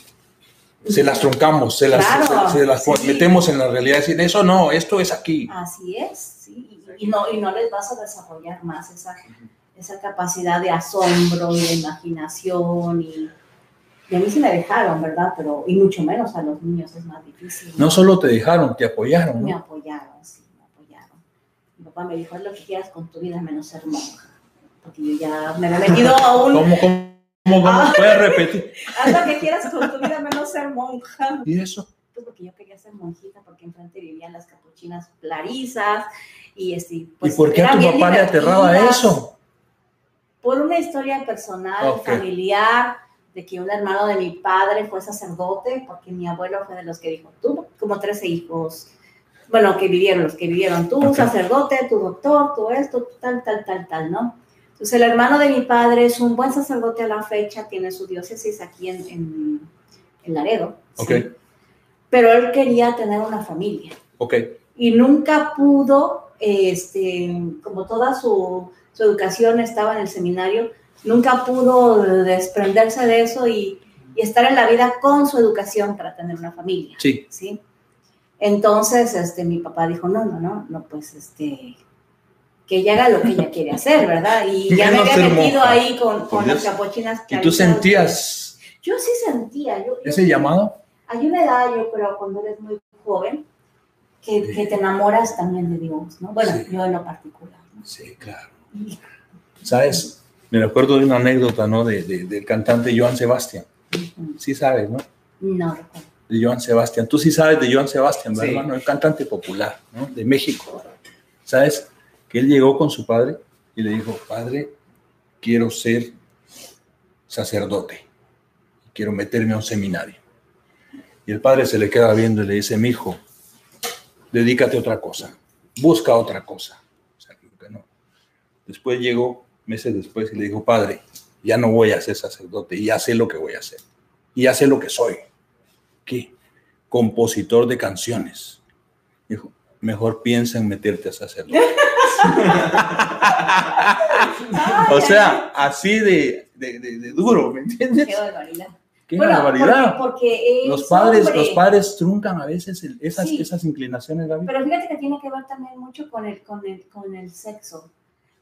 C: Se las truncamos, se las,
B: Claro,
C: se, se las
B: sí. Ah.
C: metemos en la realidad. Decir, eso no, esto es aquí.
B: Así es, sí, y, y no, y no les vas a desarrollar más esa, esa capacidad de asombro y de imaginación y... y a mí sí me dejaron, ¿verdad? Pero, y mucho menos a los niños es más difícil.
C: No solo te dejaron, te apoyaron.
B: Me
C: ¿no?
B: apoyaron, sí, me apoyaron. Mi papá me dijo, haz lo que quieras con tu vida menos ser monja. Porque yo ya me había metido a un,
C: ¿Cómo, cómo, cómo, cómo? puedes repetir?
B: haz lo que quieras con tu vida menos ser monja.
C: ¿Y eso?
B: Pues porque yo quería ser monjita, porque enfrente vivían las capuchinas clarisas. Y, este,
C: ¿Y
B: pues,
C: por qué a
B: eran
C: tu
B: bien
C: papá le aterraba
B: divertidas.
C: eso?
B: Por una historia personal,
C: Ok.
B: familiar, de que un hermano de mi padre fue sacerdote, porque mi abuelo fue de los que dijo, tú, como 13 hijos, bueno, que vivieron, los que vivieron, tú,
C: Ok.
B: sacerdote, tu doctor, tú esto, tú tal, tal, tal, tal, ¿no? Entonces el hermano de mi padre es un buen sacerdote a la fecha, tiene su diócesis aquí en, en, en Laredo, ¿sí?
C: Ok.
B: pero él quería tener una familia
C: Ok,
B: y nunca pudo, este, como toda su, su educación estaba en el seminario, nunca pudo desprenderse de eso y, y estar en la vida con su educación para tener una familia,
C: sí.
B: ¿sí? Entonces, este, mi papá dijo, no, no, no, no, pues, este, que ella haga lo que ella quiere hacer, ¿verdad? Y ya me
C: Menos
B: había
C: ser
B: metido
C: monja.
B: ahí con,
C: Por
B: con las
C: Dios.
B: capuchinas.
C: ¿Y tú
B: claritas.
C: sentías
B: Yo sí sentía. Yo, yo-
C: ese llamado?
B: hay una edad, yo creo, cuando eres muy joven, que,
C: Sí.
B: que te enamoras también de Dios, ¿no? Bueno,
C: Sí.
B: yo en lo particular. ¿no?
C: Sí, claro. ¿Sabes? Me recuerdo de una anécdota, ¿no? De, de- del cantante Joan Sebastián.
B: Ujú.
C: Sí sabes, ¿no?
B: No recuerdo.
C: De Joan Sebastián. Tú sí sabes de Joan Sebastián, ¿verdad?
A: Sí.
C: hermano? El cantante popular, ¿no? De México. ¿Sabes? Que él llegó con su padre y le dijo, padre, quiero ser sacerdote. Quiero meterme a un seminario. Y el padre se le queda viendo y le dice, mi hijo, dedícate a otra cosa. Busca otra cosa. O sea, como que no. Después llegó meses después y le dijo, padre, ya no voy a ser sacerdote, ya sé lo que voy a hacer, y ya sé lo que soy. ¿Qué? Compositor de canciones. Dijo, mejor piensa en meterte a sacerdote. o sea, así de, de, de, de duro, ¿me entiendes?
B: Qué barbaridad.
C: Qué
B: Bueno,
C: barbaridad.
B: Porque, porque es
C: los padres,
B: hombre.
C: los padres truncan a veces el- esas,
B: Sí.
C: esas inclinaciones, Gaby.
B: Pero fíjate que tiene que ver también mucho con el, con el, con el sexo.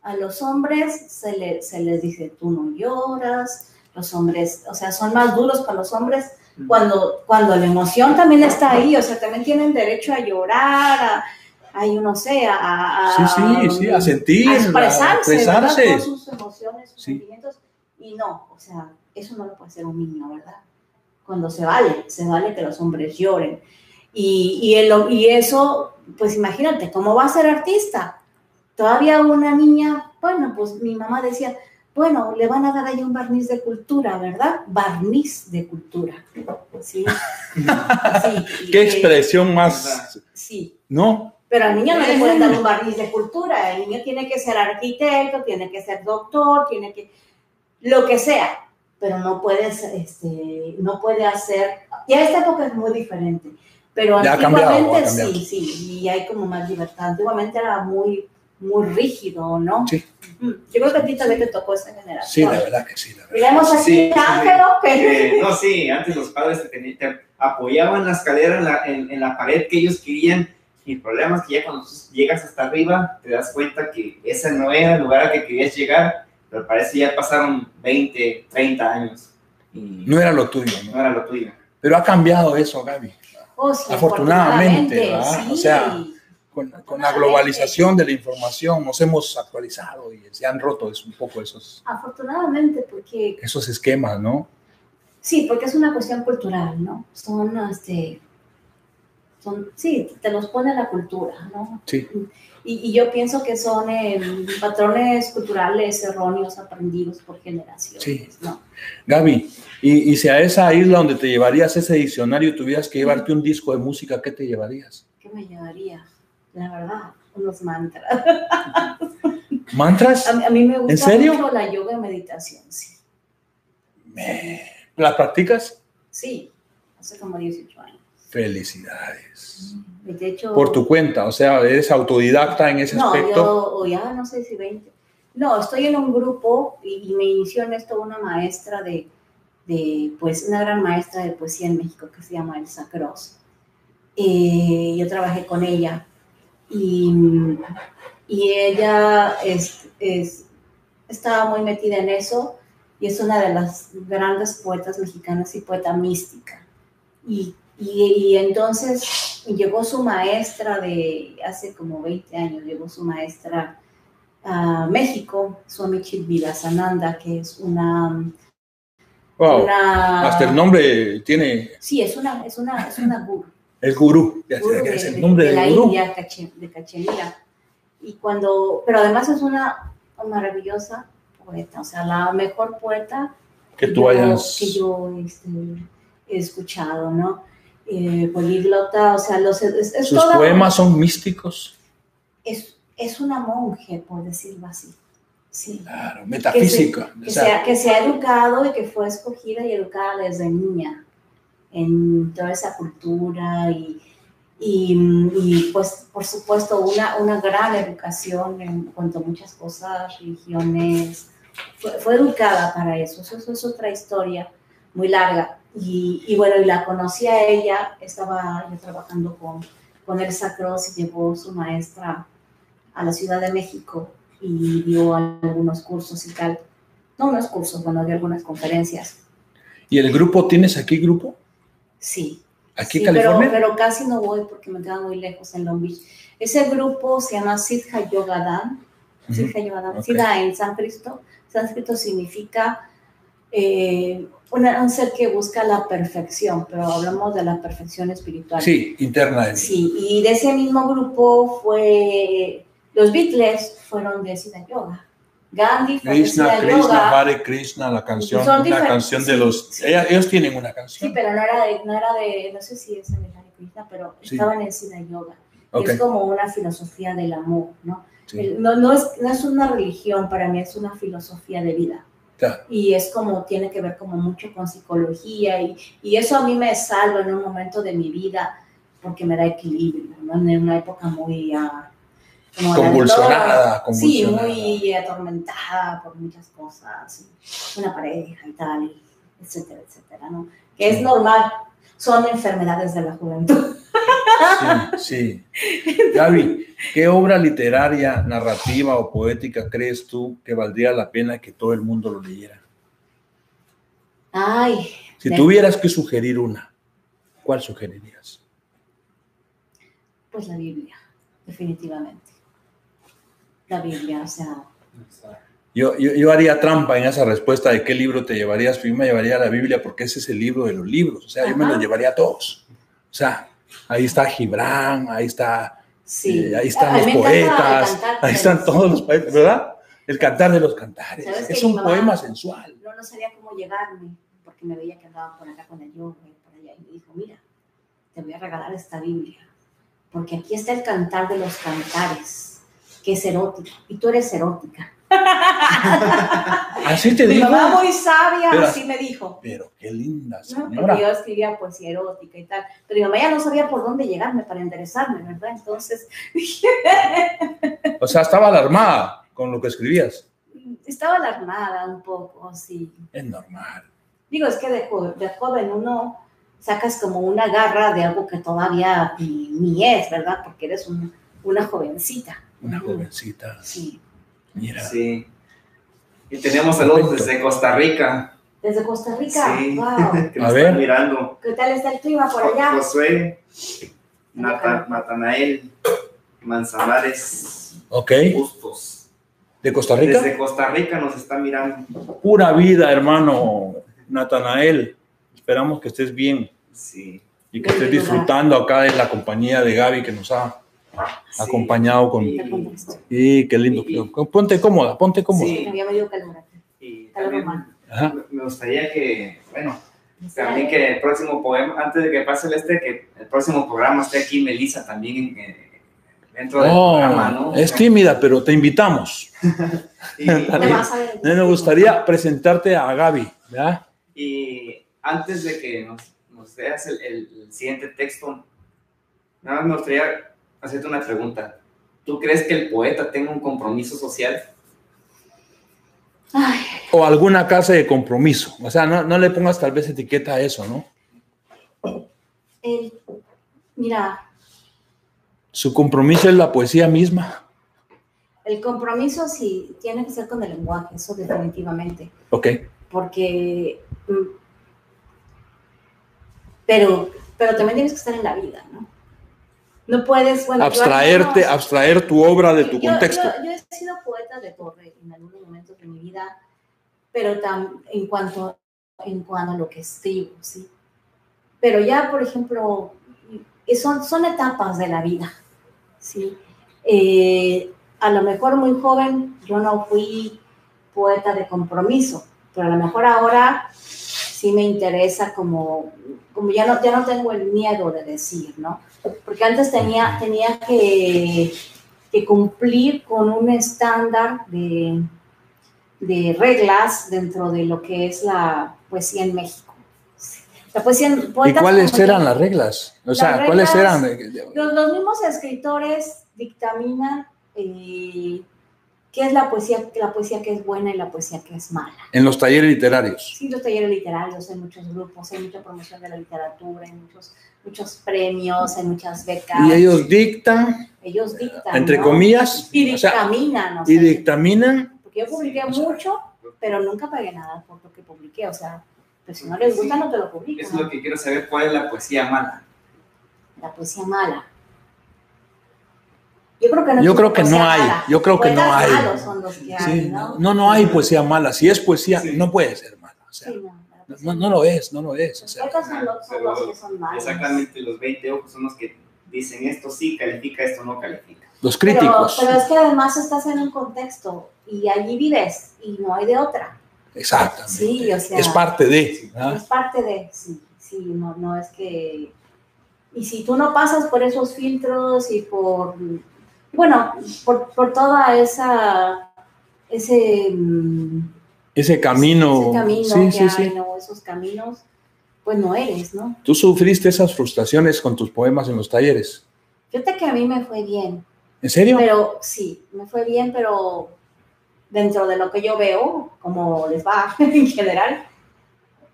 B: A los hombres se, le- se les dice, tú no lloras, los hombres, o sea, son más duros para los hombres cuando, cuando la emoción también está ahí, o sea, también tienen derecho a llorar, a, a yo no sé, a... a-
C: Sí, sí, sí, a sentir,
B: a expresarse,
C: a expresarse.
B: ¿verdad? Todas sus emociones, sus
C: Sí.
B: sentimientos, y no, o sea, eso no lo puede hacer un niño, ¿verdad? Cuando se vale, se vale que los hombres lloren. Y, y, el- y eso, pues imagínate, ¿cómo va a ser artista? Todavía una niña, bueno, pues mi mamá decía, bueno, le van a dar ahí un barniz de cultura, ¿verdad? Barniz de cultura. Sí. sí
C: Qué
B: y-
C: expresión más.
B: Sí,
C: No,
B: pero al niño no le pueden dar un barniz de cultura. El niño tiene que ser arquitecto, tiene que ser doctor, tiene que. lo que sea. Pero no puedes, este, no puede hacer. Ya esta época es muy diferente. Pero
C: Ya ha cambiado,
B: antiguamente
C: ha cambiado.
B: sí, sí. Y hay como más libertad. Antiguamente era muy, muy rígido, ¿no?
C: Sí.
B: Mm, Yo creo que a ti también te tocó esa generación.
C: sí, la verdad que sí, la verdad.
B: Miremos aquí
A: Sí, sí.
B: a Ángelo, que.
A: Eh, no, sí, antes los padres te, tenían- te apoyaban la escalera en la, en, en la pared que ellos querían. Y el problema es que ya cuando tú llegas hasta arriba, te das cuenta que ese no era el lugar al que querías llegar, pero parece que ya pasaron 20, 30 años y no,
C: No era lo tuyo, ¿no?
A: era lo tuyo.
C: Pero ha cambiado eso, Gaby.
B: Oh, sí,
C: Afortunadamente, ¿verdad? O
B: sí.
C: sea, Con, con la globalización de la información nos hemos actualizado y se han roto es un poco esos,
B: Afortunadamente, porque
C: esos esquemas, ¿no?
B: Sí, porque es una cuestión cultural, ¿no? Son, este, son, sí, te los pone la cultura, ¿no?
C: Sí.
B: Y, y yo pienso que son eh, patrones culturales erróneos aprendidos por generaciones,
C: Sí.
B: ¿no?
C: Gaby, y, y si a esa isla donde te llevarías ese diccionario tuvieras que llevarte un disco de música, ¿qué te llevarías?
B: ¿Qué me llevaría? La verdad, unos mantras.
C: ¿Mantras?
B: A, mí- a mí me gusta
C: ¿En serio?
B: mucho la yoga y meditación, sí.
C: Me- ¿Las practicas?
B: Sí, hace como 18 años.
C: Felicidades.
B: De hecho,
C: Mm. Por tu cuenta, o sea, eres autodidacta en ese
B: No,
C: aspecto.
B: yo, o ya no sé si 20. No, estoy en un grupo y, y me inició en esto una maestra de, de, pues, una gran maestra de poesía en México que se llama Elsa Cross. Eh, yo trabajé con ella y, y ella es, es- estaba muy metida en eso y es una de las grandes poetas mexicanas y poeta mística. Y, y- y entonces llegó su maestra de hace como 20 años, llegó su maestra a México, Swami Chidvilasananda, que es una...
C: Wow,
B: una-
C: hasta el nombre tiene
B: Sí, es una, es una, es una guru.
C: El gurú, ya
B: gurú
C: sé que
B: de,
C: es el
B: de-
C: nombre
B: de la
C: del gurú.
B: India, Cache- de Cachemira. Y cuando, pero además es una maravillosa poeta, o sea, la mejor poeta
C: Que tú
B: yo-
C: hayas.
B: que yo este, he escuchado, ¿no? Eh, políglota, o sea, los, es, es
C: Sus
B: toda-
C: poemas son místicos,
B: Es, es una monje, por decirlo así. Sí.
C: claro, metafísica.
B: Que,
C: o sea,
B: sea- que se ha educado y que fue escogida y educada desde niña en toda esa cultura y, y- y, pues por supuesto una, una gran educación en cuanto a muchas cosas, religiones. Fue, fue educada para eso, eso, eso es otra historia muy larga. Y, y bueno, y la conocí a ella, estaba yo trabajando con, con Elsa Cross y llevó su maestra a la Ciudad de México y dio algunos cursos y tal. No unos cursos, bueno, dio algunas conferencias.
C: ¿Y el grupo tienes aquí, grupo?
B: Sí. sí,
C: ¿Aquí en California?
B: Pero, pero casi no voy porque me queda muy lejos en Long Beach. Ese grupo se llama Siddha Yogadhan.
C: Ujú.
B: Siddha Yogadhan.
C: ok.
B: Siddha en sánscrito. Sánscrito significa eh, una- un ser que busca la perfección, pero hablamos de la perfección espiritual.
C: Sí, interna de mí.
B: Sí, y de ese mismo grupo fue, los Beatles fueron de Siddha Yoga. Gandhi fue
C: Krishna,
B: de Siddha
C: Krishna,
B: Yoga.
C: Hare Krishna, la canción,
B: Son
C: una
B: diferentes,
C: canción de
B: sí,
C: los.
B: sí.
C: Ellas- ellos tienen una
B: Sí,
C: canción.
B: pero no era de, no era de, no sé si es en el Hare Krishna, pero
C: Sí.
B: estaban en Siddha Yoga.
C: Ok.
B: Es como una filosofía del amor, ¿no?
C: Sí.
B: El- No, no es, no es una religión, para mí es una filosofía de vida.
C: Claro.
B: Y es como, tiene que ver como mucho con psicología y, y eso a mí me salva en un momento de mi vida porque me da equilibrio, ¿no? En una época muy... ah, como la-
C: Convulsionada,
B: Sí,
C: convulsionada.
B: muy atormentada por muchas cosas, y una pareja y tal, y etcétera, etcétera, ¿no? Que es normal, son enfermedades de la juventud.
C: Sí, sí. Gaby, ¿qué obra literaria, narrativa o poética crees tú que valdría la pena que todo el mundo lo leyera?
B: Ay,
C: Si
B: Me-
C: tuvieras que sugerir una, ¿cuál sugerirías?
B: pues la Biblia, definitivamente. La Biblia, o sea,
C: Yo, yo, yo haría trampa en esa respuesta de qué libro te llevarías. Yo me llevaría la Biblia porque ese es el libro de los libros. O sea, yo me
B: Ajá.
C: los llevaría a todos. O sea, ahí está Gibran, ahí está,
B: sí.
C: eh, ahí están
B: A
C: los
B: mí me encanta
C: poetas,
B: cantar,
C: ahí
B: pero
C: están todos los poetas, ¿verdad? El cantar de los cantares.
B: ¿Sabes
C: Es
B: que
C: un
B: mi mamá-
C: poema sensual.
B: No, no sabía cómo llegarme, porque me veía que andaba por acá con el yoga y por allá, y me dijo, mira, te voy a regalar esta Biblia, porque aquí está el cantar de los cantares, que es erótico, y tú eres erótica.
C: Así te
B: Mi
C: digo.
B: mamá muy sabia,
C: Pero-
B: así me dijo.
C: Pero qué linda
B: ¿no?
C: señora.
B: Porque yo escribía poesía erótica y tal, pero mi mamá ya no sabía por dónde llegarme para interesarme, ¿verdad? Entonces
C: O sea, estaba alarmada con lo que escribías.
B: estaba alarmada un poco, sí.
C: Es normal.
B: Digo, es que de, jo- de joven uno sacas como una garra de algo que todavía ni, ni es, ¿verdad? Porque eres un- una jovencita.
C: Una
B: Ujú.
C: jovencita.
B: Sí.
C: Mira.
A: Sí. Y tenemos saludos
C: Perfecto.
A: desde Costa Rica.
B: Desde Costa Rica.
A: Sí.
B: ¡Wow!
A: Que
C: A
A: nos
C: ver.
A: están mirando.
B: ¿Qué tal está el clima por allá?
A: Josué, Nata- Natanael, Manzanares,
C: Ok.
A: Bustos.
C: ¿De Costa Rica?
A: Desde Costa Rica nos están mirando.
C: Pura vida, hermano Natanael. Esperamos que estés bien
A: Sí.
C: y que estés
B: Buen lugar.
C: disfrutando acá de la compañía de Gaby que nos ha
A: sí.
C: acompañado con...
A: Sí.
B: Te contesto.
C: Y qué lindo.
A: Y-
C: Ponte cómoda, ponte cómoda.
A: Sí.
B: Me había medio calor.
A: Y
B: Algo
A: también
B: más.
C: Ajá.
A: me- me gustaría que, bueno, también que el próximo poema, antes de que pase el este, que el próximo programa esté aquí Melissa también eh, dentro del programa,
C: Oh,
A: ¿no?
C: es tímida, pero te invitamos.
A: Y-
B: Me vas a ver.
C: A mí Me gustaría presentarte a Gaby, ¿verdad?
A: Y antes de que nos, nos veas el, el- el siguiente texto, nada más me gustaría hacerte una pregunta. ¿Tú crees que el poeta tenga un compromiso social?
B: Ay,
C: O alguna clase de compromiso. O sea, no, no le pongas tal vez etiqueta a eso, ¿no?
B: el- mira,
C: Su compromiso es la poesía misma.
B: el compromiso sí tiene que ser con el lenguaje, eso definitivamente.
C: Ok.
B: porque mm, pero pero también tienes que estar en la vida no no puedes bueno, yo al
C: Abstraerte,
B: menos-
C: abstraer tu obra de tu
B: yo-
C: contexto.
B: yo, yo he sido poeta de torre en algunos momentos de mi vida pero tam- en cuanto en cuanto a lo que escribo sí pero ya por ejemplo y son son etapas de la vida sí Eh, a lo mejor muy joven yo no fui poeta de compromiso, pero a lo mejor ahora sí me interesa como, como ya no, ya no tengo el miedo de decir, ¿no? Porque antes tenía, tenía que, que cumplir con un estándar de, de reglas dentro de lo que es la poesía en México. La poesía en-
C: ¿Y
B: poetas
C: cuáles
B: como
C: eran
B: que-
C: las reglas? O sea,
B: Las
C: ¿cuáles
B: reglas-
C: eran? eh,
B: los, los mismos escritores dictaminan eh, qué es la poesía, la poesía que es buena y la poesía que es mala.
C: En los talleres literarios.
B: Sí, los talleres literarios, hay muchos grupos, hay mucha promoción de la literatura, hay muchos, muchos premios, hay muchas becas.
C: Y ellos dictan,
B: Ellos dictan.
C: entre
B: ¿no?
C: comillas,
B: Y
C: o sea,
B: dictaminan. o
C: y
B: sea,
C: dictaminan.
B: Porque yo publiqué
C: o sea.
B: mucho, pero nunca pagué nada por lo que publiqué. O sea, pues si no les gusta, no te lo publico.
A: Eso es
B: ¿no?
A: lo que quiero saber, ¿cuál es la poesía mala?
B: La poesía mala. Yo creo que no,
C: Yo
B: existe
C: creo que
B: poesía
C: no hay,
B: pues, mala.
C: yo creo que no
B: Poetas
C: hay.
B: malos son los que hay,
C: Sí,
B: ¿no?
C: no, no hay poesía mala. Si es poesía,
A: Sí.
C: no puede ser mala. O sea,
B: Sí, no, la poesía
C: no, no lo es, no lo es. o
B: Los
C: sea.
B: poetas son los, son los que son malos.
A: Exactamente, los 20 ojos son los que dicen esto sí califica, esto no califica.
C: los
B: Pero-
C: críticos.
B: Pero, es que además estás en un contexto y allí vives y no hay de otra.
C: Exactamente.
B: Sí, o sea-
C: Ah. es parte de. ¿verdad?
B: Es parte de, sí, sí, no, no es que Y si tú no pasas por esos filtros y por, bueno, por, por toda esa, ese, mm,
C: Ese camino.
B: ese camino
C: sí,
B: que
C: sí, sí.
B: hay, ¿no? esos caminos, pues no eres, ¿no?
C: Tú sufriste esas frustraciones con tus poemas en los talleres.
B: Fíjate que a mí me fue bien,
C: ¿En serio?
B: Pero sí, me fue bien, pero dentro de lo que yo veo, como les va en general,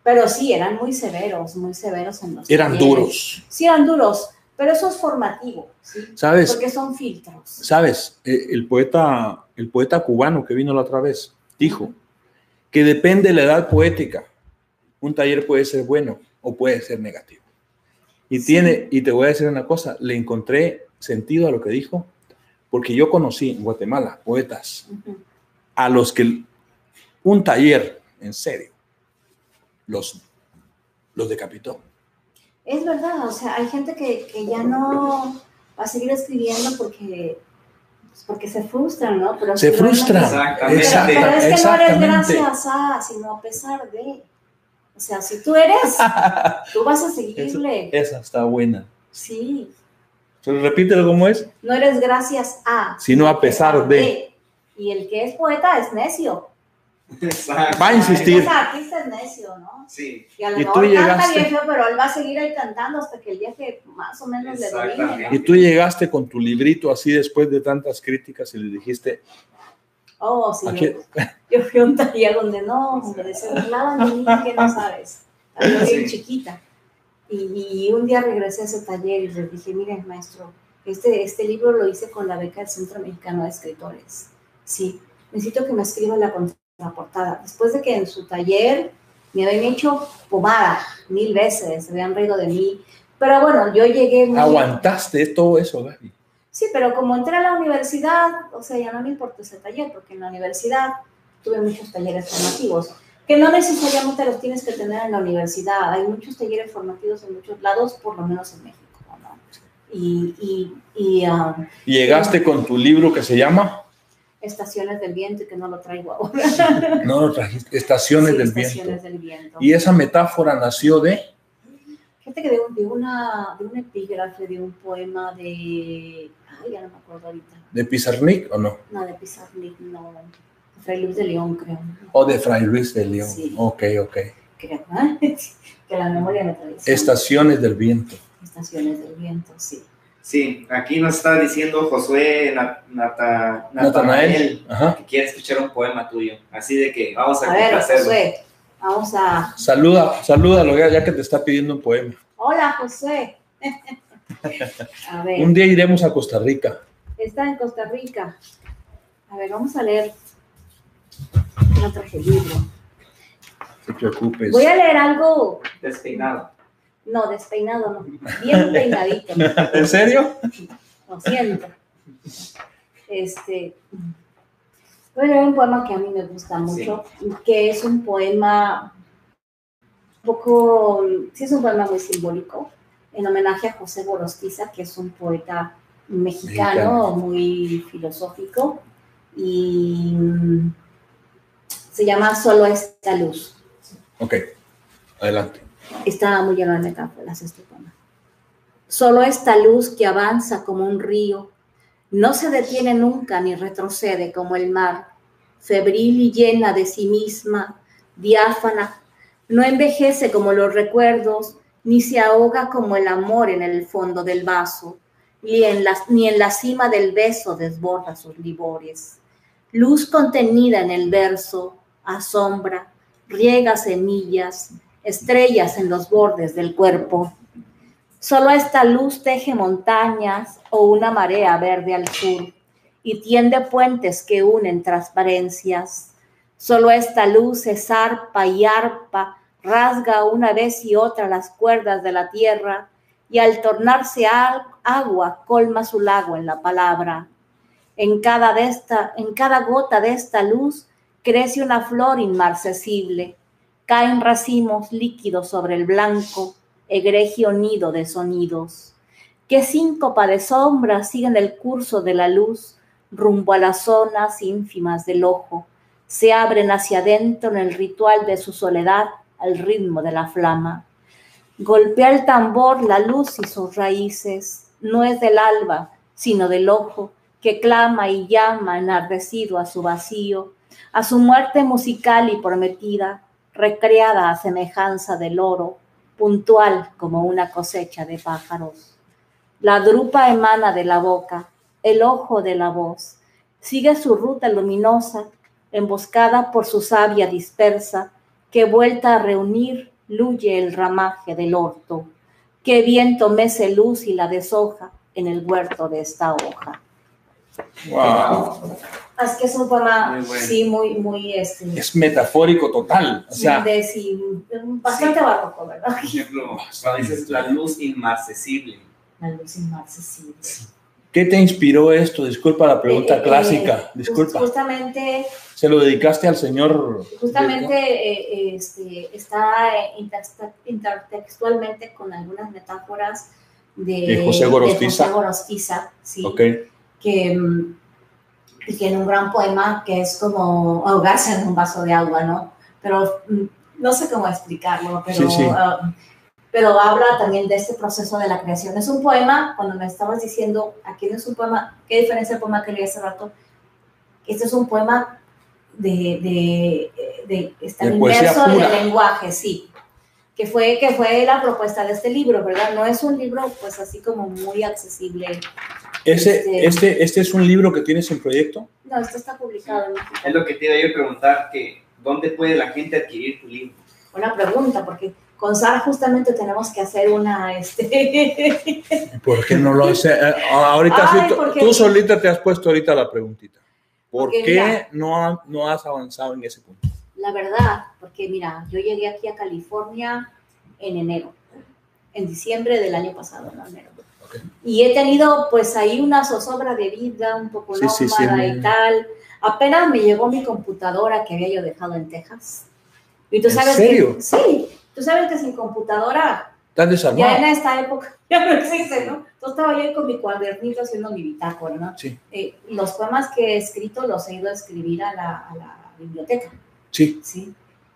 B: pero sí, eran muy severos, muy severos en los
C: Eran
B: talleres.
C: duros.
B: Sí, eran duros, pero eso es formativo, ¿sí?
C: ¿Sabes?
B: Porque son filtros.
C: ¿Sabes? Eh, El poeta, el poeta cubano que vino la otra vez dijo que depende de la edad poética. Un taller puede ser bueno o puede ser negativo. Y
B: Sí.
C: tiene, y te voy a decir una cosa, le encontré sentido a lo que dijo, porque yo conocí en Guatemala poetas
B: Ujú.
C: a los que un taller, en serio, los, los decapitó.
B: Es verdad, o sea, hay gente que, que ya no va a seguir escribiendo porque, pues, porque se frustran, ¿no? Pero
C: Se
B: si realmente-
C: frustran.
A: Exactamente.
B: Pero, pero es que no eres
C: Exactamente.
B: gracias a, sino a pesar de. O sea, si tú eres, tú vas a seguirle.
C: Esa está buena.
B: Sí,
C: Repítelo como es.
B: no eres gracias a.
C: Sino a pesar de.
B: Y el que es poeta es necio.
A: Exacto.
C: Va a insistir.
B: O sea, artista es necio, ¿no?
A: Sí,
B: Y a lo
C: Y
B: mejor
C: tú
B: canta
C: llegaste.
B: bien feo, pero él va a seguir ahí cantando hasta que el día que más o menos le domine, ¿no?
C: Y tú llegaste con tu librito así después de tantas críticas y le dijiste,
B: Oh, sí.
C: Aquí-
B: Yo, yo fui a un taller donde no, hombre, se burlaban de mí, que no sabes. Yo era bien
A: Sí.
B: chiquita. Y, y un día regresé a ese taller y les dije, miren, maestro, este, este libro lo hice con la beca del Centro Mexicano de Escritores. Sí, necesito que me escriba la contraportada. Después de que en su taller me habían hecho pomada mil veces, se habían reído de mí. Pero bueno, yo llegué muy...
C: aguantaste todo eso, Gaby.
B: Sí, pero como entré a la universidad, o sea, ya no me importó ese taller, porque en la universidad tuve muchos talleres formativos, que no necesariamente los tienes que tener en la universidad. Hay muchos talleres formativos en muchos lados, por lo menos en México, ¿no? Y, y, y ah,
C: Y llegaste con tu libro que se llama,
B: Estaciones del Viento, y que no lo traigo ahora.
C: no lo trajiste, Estaciones
B: Sí,
C: del
B: Estaciones
C: Viento.
B: del Viento.
C: Y esa metáfora nació de,
B: Fíjate que de, un- de una, de un epígrafe, de un poema de... Ay, ya no me acuerdo ahorita.
C: de Pizarnik o no,
B: No, de Pizarnik, no. de Fray Luis de León, creo.
C: o de Fray Luis de León.
B: Sí.
C: Ok, ok.
B: creo, ¿eh? que la memoria me traiciona.
C: Estaciones del Viento.
B: Estaciones del viento, sí.
A: sí, aquí nos está diciendo Josué Na- Nata- Natanael
C: Natanael. Ajá.
A: que quiere escuchar un poema tuyo. Así de que vamos a,
B: A ver,
A: complacerlo.
B: Josué, vamos a...
C: Saluda, salúdalo ya ya que te está pidiendo un poema.
B: Hola, Josué. A
C: Un
B: ver,
C: día iremos a Costa Rica.
B: está en Costa Rica. A ver, vamos a leer. No traje libro.
C: No te preocupes.
B: Voy a leer algo,
A: Despeinado.
B: no, despeinado, no, bien peinadito,
C: ¿En serio?
B: lo siento. Este, voy a leer un poema que a mí me gusta mucho, que es un poema un poco, sí es un poema muy simbólico, en homenaje a José Gorostiza, que es un poeta mexicano,
C: Mexicano.
B: muy filosófico, y mm, se llama Solo esta luz.
C: Ok, adelante.
B: Está muy lleno de metáforas este poema. Solo esta luz que avanza como un río, no se detiene nunca ni retrocede como el mar, febril y llena de sí misma, diáfana, no envejece como los recuerdos, ni se ahoga como el amor en el fondo del vaso, ni en la, ni en la cima del beso desborda sus libores. Luz contenida en el verso, asombra, riega semillas, estrellas en los bordes del cuerpo. Solo esta luz teje montañas o una marea verde al sur y tiende puentes que unen transparencias. Solo esta luz es arpa y arpa, rasga una vez y otra las cuerdas de la tierra y al tornarse al- agua colma su lago en la palabra. En cada, de esta, en cada gota de esta luz crece una flor inmarcesible caen racimos líquidos sobre el blanco, egregio nido de sonidos. Que síncopa de sombras siguen el curso de la luz rumbo a las zonas ínfimas del ojo, se abren hacia adentro en el ritual de su soledad al ritmo de la flama. Golpea el tambor la luz y sus raíces. No es del alba, sino del ojo, que clama y llama enardecido a su vacío, a su muerte musical y prometida, recreada a semejanza del oro, puntual como una cosecha de pájaros. La drupa emana de la boca, el ojo de la voz, sigue su ruta luminosa, emboscada por su savia dispersa, que vuelta a reunir, luye el ramaje del orto. Qué viento mece luz y la deshoja en el huerto de esta hoja.
C: Wow.
B: Ah, Es que es un poema,
A: Muy bueno.
B: sí, muy, muy, este,
C: Es metafórico total. O sea,
B: de- sí, bastante
A: Sí.
B: barroco, ¿verdad?
A: Por ejemplo, cuando dices la luz inmarcesible.
B: La luz inmarcesible.
C: ¿qué te inspiró esto? Disculpa la
B: Eh,
C: pregunta
B: eh,
C: clásica.
B: just-
C: Disculpa.
B: Justamente,
C: ¿Se lo dedicaste al señor?
B: justamente eh, este, está eh, intertexta- intertextualmente con algunas metáforas de,
C: De José Gorostiza.
B: de José Gorostiza, sí,
C: Ok.
B: que, mm, que tiene un gran poema que es como ahogarse en un vaso de agua, ¿no? Pero mm, no sé cómo explicarlo, pero,
C: Sí, sí.
B: ah, pero habla también de este proceso de la creación. Es un poema, cuando me estabas diciendo, aquí no es un poema, ¿qué diferencia el poema que leí hace rato? Este es un poema de, de, de estar
C: De poesía
B: inmerso en
C: pura.
B: el lenguaje, sí. Que fue, que fue la propuesta de este libro, ¿verdad? No es un libro pues así como muy accesible.
C: Ese,
B: Este-
C: este, este es un libro que tienes en proyecto.
B: No, esto está publicado en México.
A: Es lo que te iba yo a preguntar, que ¿dónde puede la gente adquirir tu libro?
B: una pregunta, porque con Sara justamente tenemos que hacer una, este,
C: ¿Por qué no lo hace? Eh, Ahorita
B: Ay,
C: sí, tú-
B: porque-
C: tú solita te has puesto ahorita la preguntita. ¿Por
B: Porque
C: qué
B: mira-
C: no, ha- no has avanzado en ese punto?
B: la verdad, porque mira, yo llegué aquí a California en enero, en diciembre del año pasado, no enero.
C: Ok.
B: Y he tenido pues ahí una zozobra de vida, un poco
C: Sí,
B: nómada
C: sí, sí.
B: y tal. Apenas me llegó mi computadora que había yo dejado en Texas. Y tú
C: ¿En
B: sabes
C: serio?
B: que sí, tú sabes que sin computadora Ya
C: ¿Estás
B: en
C: desarmado?
B: esta época ya no existe, ¿no? Yo estaba yo ahí con mi cuadernito haciendo mi bitácora, ¿no?
C: Sí.
B: Eh, los poemas que he escrito los he ido a escribir a la, a la biblioteca,
C: Sí.
B: ¿sí?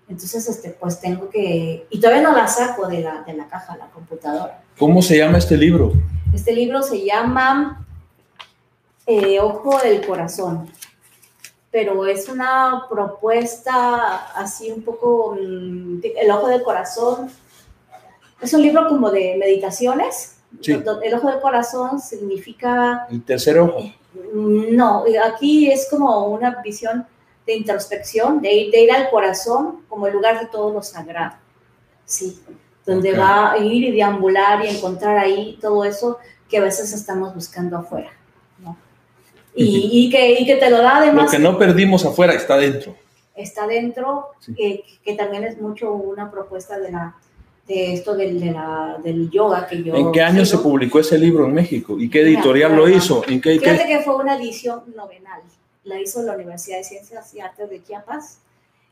B: Entonces, este, pues tengo que... Y todavía no la saco de la, de la caja, la computadora.
C: ¿Cómo se llama este libro?
B: Este libro se llama eh, Ojo del Corazón, pero es una propuesta así un poco... mm, el Ojo del Corazón es un libro como de meditaciones.
C: Sí.
B: Do- El Ojo del Corazón significa...
C: El tercer ojo.
B: mm, No, aquí es como una visión de introspección, de ir, de ir al corazón como el lugar de todo lo sagrado. Sí, donde
C: Ok.
B: va a ir y deambular y encontrar ahí todo eso que a veces estamos buscando afuera. ¿no? Y, y que, y que te lo da
C: Lo
B: además,
C: que no perdimos afuera está dentro.
B: está dentro,
C: Sí.
B: que, que también es mucho una propuesta de, la, de esto del, de la- del yoga que yo...
C: ¿En qué año se
B: sigo.
C: publicó ese libro en México? ¿Y qué editorial lo hizo? ¿En qué, qué-
B: Fíjate que fue una edición novenal, la hizo la Universidad de Ciencias y Artes de Chiapas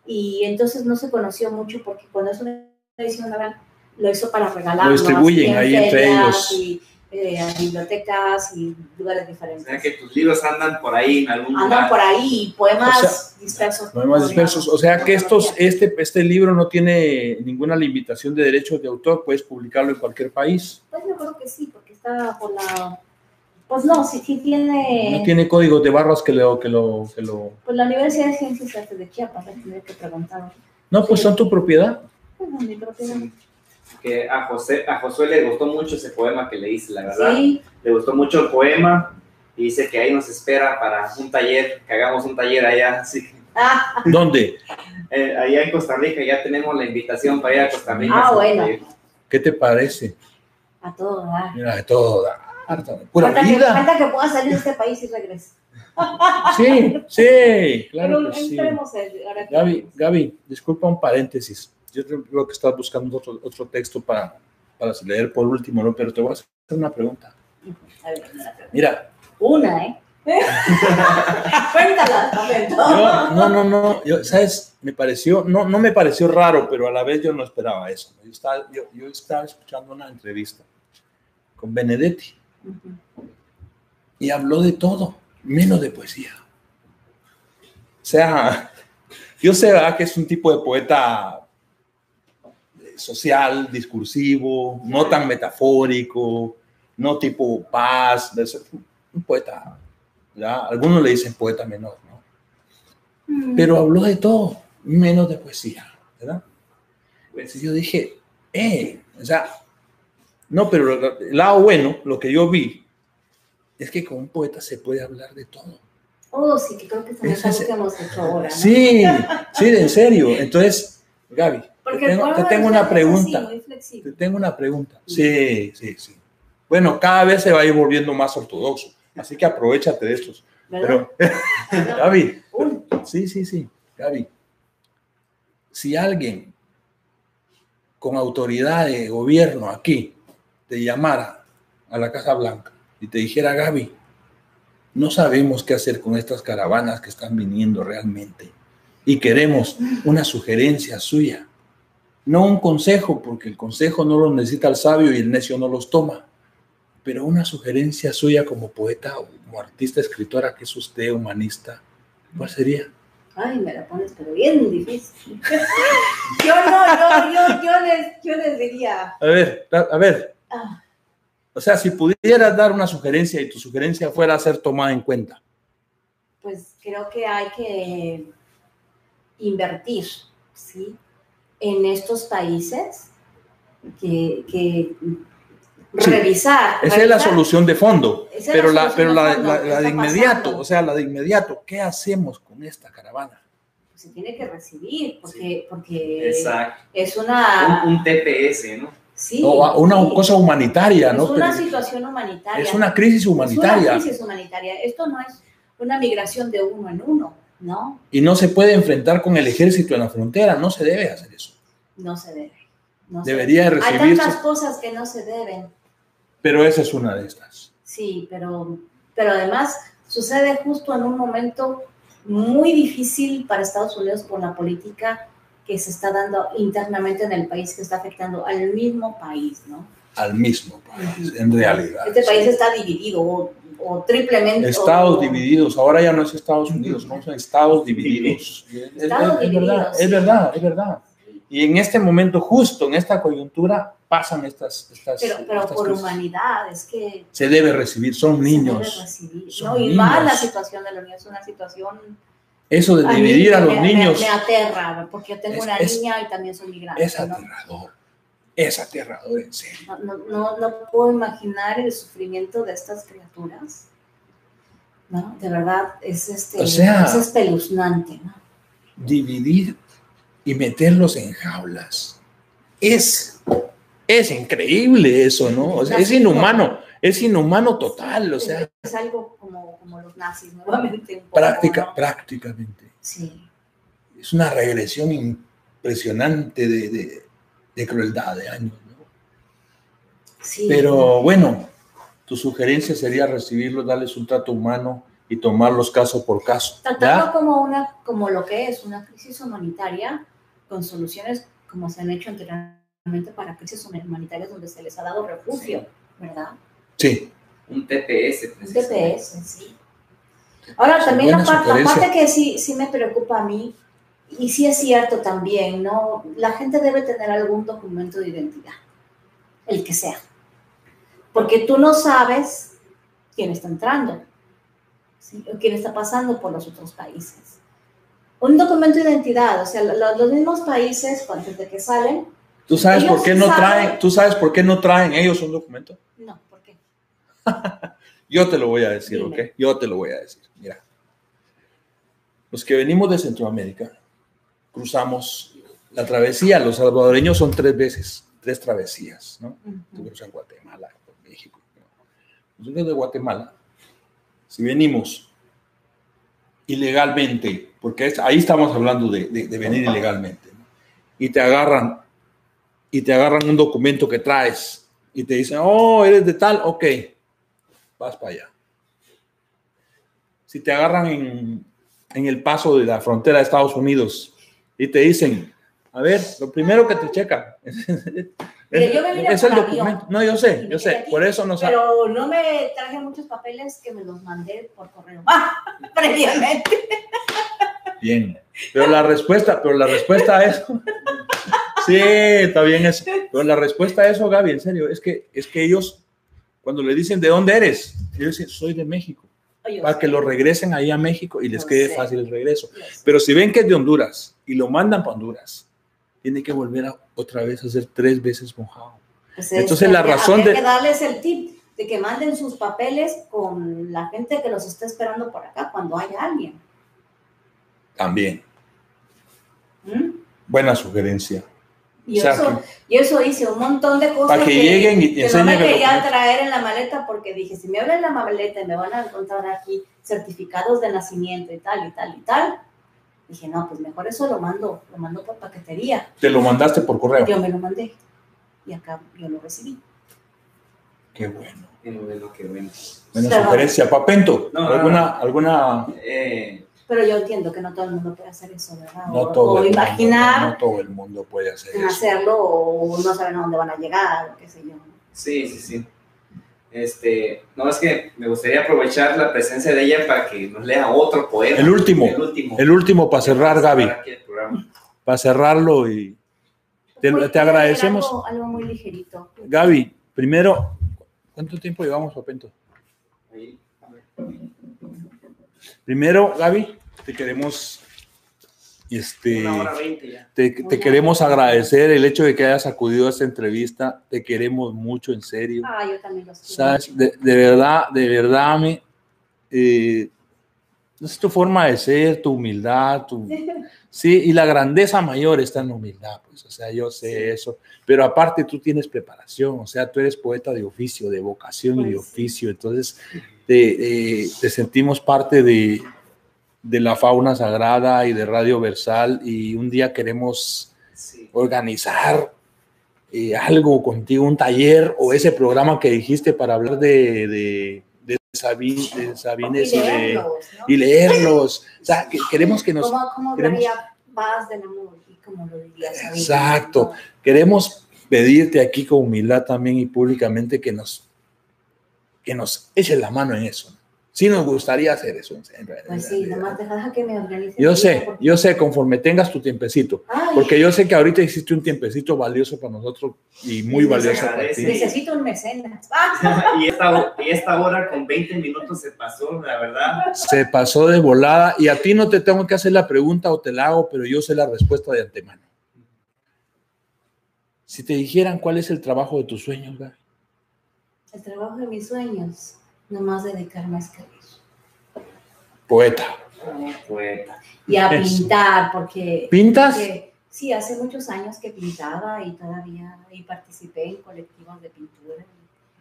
B: y entonces no se conoció mucho porque cuando es una edición novenal lo hizo para regalar.
C: Lo distribuyen ahí entre ellos.
B: Y, eh, a bibliotecas y lugares
A: O
B: diferentes.
A: sea, que tus libros andan por ahí en algún
B: Andan
A: lugar.
B: por ahí poemas
C: O
B: dispersos.
C: No hay más dispersos. O sea que estos,
B: Antología.
C: este, este libro no tiene ninguna limitación de derechos de autor, puedes publicarlo en cualquier país.
B: Pues yo creo que sí, porque está por la... Pues no, sí, sí tiene...
C: No tiene códigos de barras que lo, que lo, que lo.
B: Pues la Universidad de Ciencias y Artes de Chiapas, le tendría que preguntar. Pues,
C: No, pues son tu propiedad.
B: Bueno, mi propia...
A: Sí. Que a José, a Josué le gustó mucho ese poema que le hice, la verdad.
B: Sí,
A: Le gustó mucho el poema y dice que ahí nos espera para un taller, que hagamos un taller allá. Así que,
B: Ah,
C: ¿Dónde?
A: eh, allá en Costa Rica ya tenemos la invitación para ir a Costa Rica.
B: Ah,
A: a hacer un
B: bueno.
A: taller.
C: ¿Qué te parece?
B: a todo dar.
C: Mira, de todo dar. también. Pura
B: Falta que,
C: vida.
B: falta que pueda salir de este país y regrese.
C: Sí, sí, claro
B: Pero
C: que sí.
B: entremos el- ahora que-
C: Gaby, Gaby, disculpa un paréntesis. Yo creo que estás buscando otro, otro texto para, para leer por último, ¿no? Pero te voy a hacer una pregunta.
B: A ver, una-
C: Mira,
B: Una, ¿eh? Cuéntala, momento.
C: yo- no, no, no, yo, ¿sabes? Me pareció, no, no me pareció raro, pero a la vez yo no esperaba eso. Yo estaba, yo, yo estaba escuchando una entrevista con Benedetti
B: Ujú.
C: y habló de todo, menos de poesía. O sea, yo sé ¿verdad? que es un tipo de poeta eh, social, discursivo, no tan metafórico, no tipo paz, un poeta, ¿ya? Algunos le dicen poeta menor, ¿no? Mm. Pero habló de todo, menos de poesía, ¿verdad? Entonces yo dije, eh, o sea, no, pero el lado bueno, lo que yo vi, es que con un poeta se puede hablar de todo.
B: Oh, sí, que creo que también es algo que hemos hecho ahora. ¿no?
C: Sí, sí, en serio. Entonces, Gaby,
B: Porque
C: te
B: el
C: tengo,
B: pueblo
C: te tengo
B: es
C: una
B: así,
C: pregunta.
B: muy flexible.
C: Te tengo una pregunta. Sí, sí, sí. Bueno, cada vez se va a ir volviendo más ortodoxo, así que aprovechate de estos.
B: ¿verdad?
C: Pero, Gaby, sí, sí, sí, Gaby. Si alguien con autoridad de gobierno aquí te llamara a la Casa Blanca y te dijera, Gaby, no sabemos qué hacer con estas caravanas que están viniendo realmente y queremos una sugerencia suya, no un consejo, porque el consejo no lo necesita el sabio y el necio no los toma, pero una sugerencia suya como poeta o como artista, escritora, que es usted humanista, ¿cuál sería?
B: Ay, me la pones, pero bien difícil. yo no, yo, yo, yo, les, yo les diría.
C: A ver, a a ver,
B: ah,
C: o sea, si pudieras dar una sugerencia y tu sugerencia fuera a ser tomada en cuenta,
B: pues creo que hay que invertir, ¿sí? En estos países que, que
C: Sí,
B: revisar.
C: esa es la
B: revisar.
C: solución de fondo,
B: Ah, Esa es la
C: pero la,
B: solución
C: pero
B: de
C: la,
B: fondo,
C: la-
B: ¿qué
C: la de
B: está
C: inmediato,
B: pasando?
C: o sea, la de inmediato, ¿qué hacemos con esta caravana?
B: Se tiene que recibir, porque, porque
A: Exacto.
B: es una...
A: Un, un TPS, ¿no?
B: sí,
C: O a- una
B: sí,
C: cosa humanitaria,
B: Es
C: ¿no?
B: una
C: Pero
B: situación humanitaria.
C: es una crisis
B: Es
C: humanitaria
B: una crisis humanitaria. Esto no es una migración de uno en uno, ¿no?
C: y no se puede enfrentar con el ejército en la frontera, no se debe hacer eso.
B: No se debe. no se
C: Debería de
B: debe. Hay
C: recibirse,
B: tantas cosas que no se deben,
C: pero esa es una de estas.
B: sí, pero, pero además sucede justo en un momento muy difícil para Estados Unidos por la política que se está dando internamente en el país, que está afectando al mismo país, ¿no?
C: Al mismo país, en realidad.
B: Este país está dividido o, o triplemente.
C: Estados
B: o-
C: divididos, ahora ya no es Estados Unidos, no son estados divididos. Es-
B: Estados
C: es- es verdad,
B: divididos,
C: es
B: sí.
C: verdad, es verdad. Y en este momento, justo en esta coyuntura, pasan estas, estas,
B: Pero, pero
C: estas
B: por
C: crisis.
B: humanidad, es que
C: Se debe recibir, son
B: se
C: niños.
B: debe recibir,
C: son
B: ¿no? Y más
C: niños.
B: la situación de los niños, es una situación...
C: Eso de
B: mí
C: dividir a
B: me-
C: los
B: me-
C: niños
B: Me, aterra, porque yo tengo
C: Es-
B: una
C: es-
B: niña y también soy migrante.
C: es
B: ¿no?
C: aterrador. Es aterrador, en serio.
B: No, no, no- no puedo imaginar el sufrimiento de estas criaturas. ¿no? De verdad, es, este,
C: O sea-
B: es espeluznante. ¿no?
C: Dividir y meterlos en jaulas. Es, es increíble eso, ¿no? O sea, es inhumano, es inhumano total, o
B: Es-
C: sea,
B: es algo como, como los nazis, nuevamente. un poco,
C: práctica,
B: ¿no?
C: prácticamente.
B: Sí,
C: es una regresión impresionante de, de- de crueldad de años. ¿no?
B: sí.
C: Pero bueno, tu sugerencia sería recibirlos, darles un trato humano y tomarlos caso por caso.
B: Tratarlo
C: ¿ya?
B: como, una, como lo que es una crisis humanitaria, con soluciones como se han hecho anteriormente para crisis humanitarias donde se les ha dado refugio, ¿verdad?
C: Sí,
A: Un TPS.
B: Un
A: precisamente.
B: TPS, sí. Ahora,
C: Sí,
B: también la
C: buena
B: par- la parte,
C: sugerencia.
B: que sí, sí me preocupa a mí, y sí es cierto también, ¿no? La gente debe tener algún documento de identidad, el que sea. Porque tú no sabes quién está entrando, ¿sí? O quién está pasando por los otros países. Un documento de identidad, o sea, lo- lo- los mismos países, cuando- desde que salen,
C: ¿Tú sabes,
B: Ellos
C: por qué no
B: saben.
C: traen, ¿tú sabes por qué no traen ellos un documento?
B: no, ¿por qué?
C: Yo te lo voy a decir,
B: Dime.
C: ¿ok? Yo te lo voy a decir. Mira, los que venimos de Centroamérica, cruzamos la travesía, los salvadoreños son tres veces, tres travesías, ¿no? tú
B: Ujú.
C: cruzas Guatemala, por México. ¿no? Nosotros de Guatemala, si venimos ilegalmente, porque es- ahí estamos hablando de, de- de venir ilegalmente, ¿no? y te agarran, y te agarran un documento que traes, y te dicen, oh, eres de tal, ok, vas para allá. Si te agarran en, en el paso de la frontera de Estados Unidos y te dicen, a ver, lo primero que te checa es,
B: Mira, yo me vine
C: es
B: por
C: el
B: avión.
C: documento. No, yo
B: Y
C: sé,
B: me
C: yo
B: quedé
C: sé,
B: aquí.
C: por eso no sabes.
B: Pero no me traje muchos papeles que me los mandé por correo. previamente.
C: Bien, pero la respuesta, pero la respuesta a eso Sí, está bien eso. Pero la respuesta a eso, Gaby, en serio, es que, es que ellos, cuando le dicen de dónde eres, ellos dicen, soy de México.
B: Yo
C: Para
B: sé,
C: que lo regresen ahí a México y les
B: Yo
C: quede
B: sé.
C: fácil el regreso.
B: yo sé.
C: Pero si ven que es de Honduras y lo mandan para Honduras, tiene que volver a- otra vez a hacer tres veces mojado.
B: Pues
C: Entonces, la
B: habría-
C: razón
B: habría
C: de-
B: que darles el tip de que manden sus papeles con la gente que los está esperando por acá cuando haya alguien.
C: También.
B: ¿Mm?
C: Buena sugerencia.
B: Y,
C: O sea,
B: eso, y eso hice un montón de cosas
C: Para que lleguen y te
B: que no me
C: enseñen el
B: quería
C: documento.
B: traer en la maleta porque dije, si me abren la maleta y me van a encontrar aquí certificados de nacimiento y tal y tal y tal, dije, no, pues mejor eso lo mando, lo mando por paquetería.
C: Te lo mandaste por correo.
B: Yo me lo mandé y acá yo lo recibí.
C: Qué bueno.
A: Qué bueno, qué bueno.
C: Buena
B: Claro.
C: sugerencia. Papento,
A: No, no,
C: ¿alguna,
A: no.
C: alguna
A: Eh,
B: Pero yo entiendo que no todo el mundo puede hacer eso, ¿verdad?
C: No
B: o,
C: todo,
B: o
C: el mundo,
B: imaginar
C: no todo el mundo puede hacer
B: en
C: eso.
B: hacerlo o no saben a dónde van a llegar o qué sé yo.
A: sí, sí, sí. Este, no, es que me gustaría aprovechar la presencia de ella para que nos lea otro poema.
C: El último.
A: El último.
C: El último para cerrar, Gaby,
A: Aquí el programa.
C: para cerrarlo y te,
B: Voy a
C: te
B: hacer
C: agradecemos.
B: Algo, algo muy ligerito.
C: Gaby, primero, ¿cuánto tiempo llevamos, Papento?
A: Ahí, a ver.
C: Primero, Gaby, te queremos, este,
A: Una hora veinte ya.
C: te, te
B: Una
C: queremos
B: hora.
C: agradecer el hecho de que hayas acudido a esta entrevista. Te queremos mucho, en serio.
B: Ah, yo también los quiero.
C: ¿Sabes? De, de verdad, de verdad, me, eh, es tu forma de ser, tu humildad, tu, sí, y la grandeza mayor está en la humildad, pues, o sea, yo sé
A: Sí.
C: eso, pero aparte tú tienes preparación, o sea, tú eres poeta de oficio, de vocación y
B: Pues
C: de
B: sí.
C: oficio, entonces te, eh, te sentimos parte de, de la fauna sagrada y de Radio Versal, y un día queremos
A: Sí.
C: organizar eh, algo contigo, un taller o ese programa que dijiste para hablar de, de, de Sabin- de Sabines y,
B: Y
C: de-
B: leerlos, ¿no?
C: y leerlos. O sea, que queremos que nos...
B: ¿Cómo, cómo
C: queremos-
B: hablaría Paz del amor y cómo lo dirías? ahí?
C: Exacto. Queremos pedirte aquí con humildad también y públicamente que nos, que nos eches la mano en eso. Sí nos gustaría hacer eso. en- en realidad.
B: Pues sí, nomás deja que me organice.
C: yo
B: mi
C: sé,
B: vida, porque-
C: yo sé, conforme tengas tu tiempecito.
B: Ay,
C: Porque yo sé que ahorita existe un tiempecito valioso para nosotros y muy
B: Sí,
C: valioso
A: se
C: para
A: agradece.
C: ti.
B: Necesito un mecenas. Ah,
A: y, esta, y esta hora con 20 minutos se pasó, la verdad.
C: Se pasó de volada y a ti no te tengo que hacer la pregunta o te la hago, pero yo sé la respuesta de antemano. Si te dijeran cuál es el trabajo de tus sueños, Gaby?
B: El trabajo de mis sueños, nomás dedicarme a escribir.
C: poeta,
A: Poeta.
B: Y a
C: Eso.
B: pintar, porque
C: ¿pintas?
B: que sí, hace muchos años que pintaba y todavía y participé en colectivos de pintura.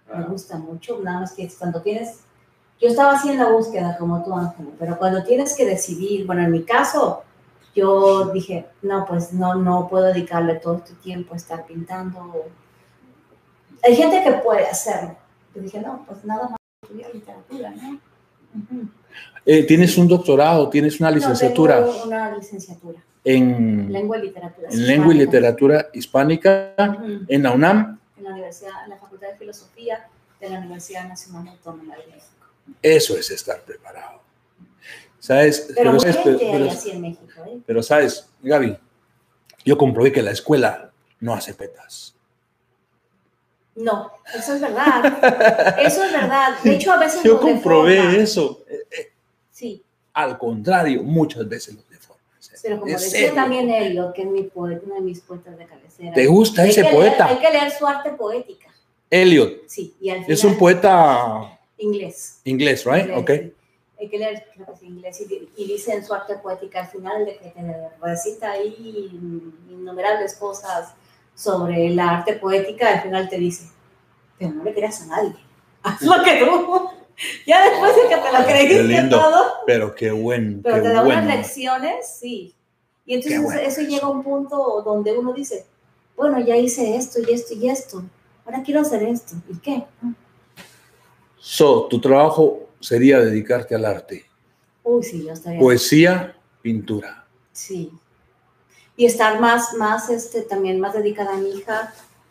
C: Ah.
B: Me gusta mucho, nada más que cuando tienes, yo estaba así en la búsqueda como tú, Ángel, pero cuando tienes que decidir, bueno, en mi caso, yo dije, no, pues no, no puedo dedicarle todo este tiempo a estar pintando. Hay gente que puede hacerlo. Yo dije, no, pues nada más estudiar literatura, ¿no? Ujú.
C: Eh, tienes un doctorado, tienes una licenciatura
B: No, tengo una licenciatura,
C: en,
B: lengua y literatura.
C: en lengua y
B: hispánica.
C: literatura hispánica
B: Ujú.
C: en la UNAM.
B: en la Universidad, en la Facultad de Filosofía de la Universidad Nacional Autónoma de México.
C: Eso es estar preparado. ¿Sabes?
B: Pero, mucha
C: ¿sabes?
B: gente
C: Pero-
B: hay así en México, ¿eh?
C: Pero sabes, Gaby, yo comprobé que la escuela no hace petas.
B: No, eso es verdad. Eso es verdad. De hecho, a veces
C: Yo
B: nos deforma.
C: comprobé eso. Eh, eh,
B: Sí,
C: Al contrario, muchas veces los deforma.
B: pero como
C: Es
B: decía
C: serio.
B: también él, lo que es mi poeta, uno de mis poetas de cabecera.
C: ¿Te gusta
B: Hay
C: ese
B: que leer- hay
C: poeta?
B: que leer su arte poética.
C: Elliot.
B: Sí, y al final,
C: Es un poeta
B: inglés.
C: inglés, ¿right?
B: inglés,
C: Ok.
B: sí. Hay que leer creo que es inglés y, di- y dice en su arte poética al final de que te recita ahí innumerables cosas sobre la arte poética, al final te dice, pero no le creas a nadie, haz lo que tú. Ya después de que te lo
C: Qué
B: creíste
C: lindo.
B: todo,
C: Pero qué bueno.
B: pero
C: qué
B: te da
C: bueno.
B: unas lecciones, sí. Y entonces
C: Qué bueno
B: eso
C: eso.
B: llega a un punto donde uno dice, bueno, ya hice esto y esto y esto, ahora quiero hacer esto. ¿Y qué?
C: So, tu trabajo sería dedicarte al arte.
B: Uy, sí, yo estaría...
C: Poesía, pintura.
B: Sí. Y estar más, más, este, también más dedicada a mi hija.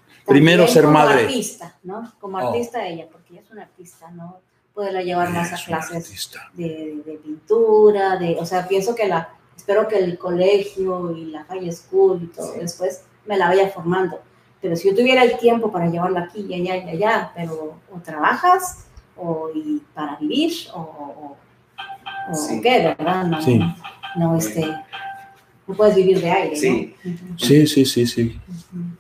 B: también
C: Primero ser
B: como
C: madre.
B: artista, ¿no? Como
C: Oh. Ah,
B: artista ella, porque ella es una artista, ¿no? Poderla llevar más
C: Eres
B: a
C: un
B: clases
C: artista.
B: de, de- de pintura, de, o sea, pienso que la, espero que el colegio y la high school y todo
A: Sí.
B: después me la vaya formando. Pero si yo tuviera el tiempo para llevarla aquí y allá y allá, pero o trabajas o y para vivir o, o, o
A: Sí.
B: qué, ¿verdad? No,
C: Sí.
B: no, este, no puedes vivir de aire.
A: Sí.
B: ¿no?
C: Sí, sí, sí, sí.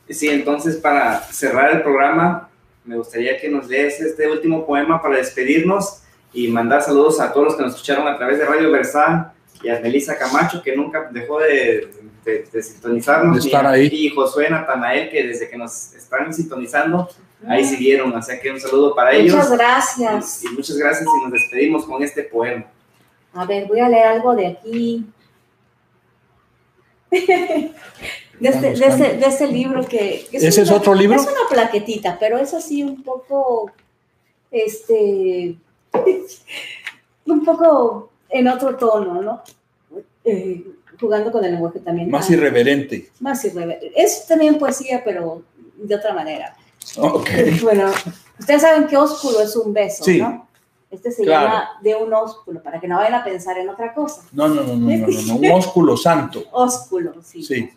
A: Sí, entonces para cerrar el programa, me gustaría que nos lees este último poema para despedirnos y mandar saludos a todos los que nos escucharon a través de Radio Versal y a Melissa Camacho, que nunca dejó de, de- de sintonizarnos.
C: De estar
A: y, a-
C: ahí.
A: Y Josué Natanael, que desde que nos están sintonizando, ahí siguieron. Así que un saludo para ellos.
B: Ah. Muchas gracias.
A: Y muchas gracias y nos despedimos con este poema.
B: A ver, voy a leer algo de aquí. De este, de este- de este libro que... que
C: ¿Ese es
B: una-
C: otro libro?
B: Es una plaquetita, pero es así un poco, este, un poco en otro tono, ¿no? Eh, jugando con el lenguaje también.
C: Más
B: Ah,
C: irreverente.
B: más irrever- Es también poesía, pero de otra manera.
C: Ok.
B: Bueno, ustedes saben que ósculo es un beso,
C: Sí.
B: ¿no? Este se
C: Claro.
B: llama de un ósculo, para que no vayan a pensar en otra cosa.
C: No, no, no, no, no, no, no. Un ósculo santo.
B: Ósculo, sí.
C: Sí.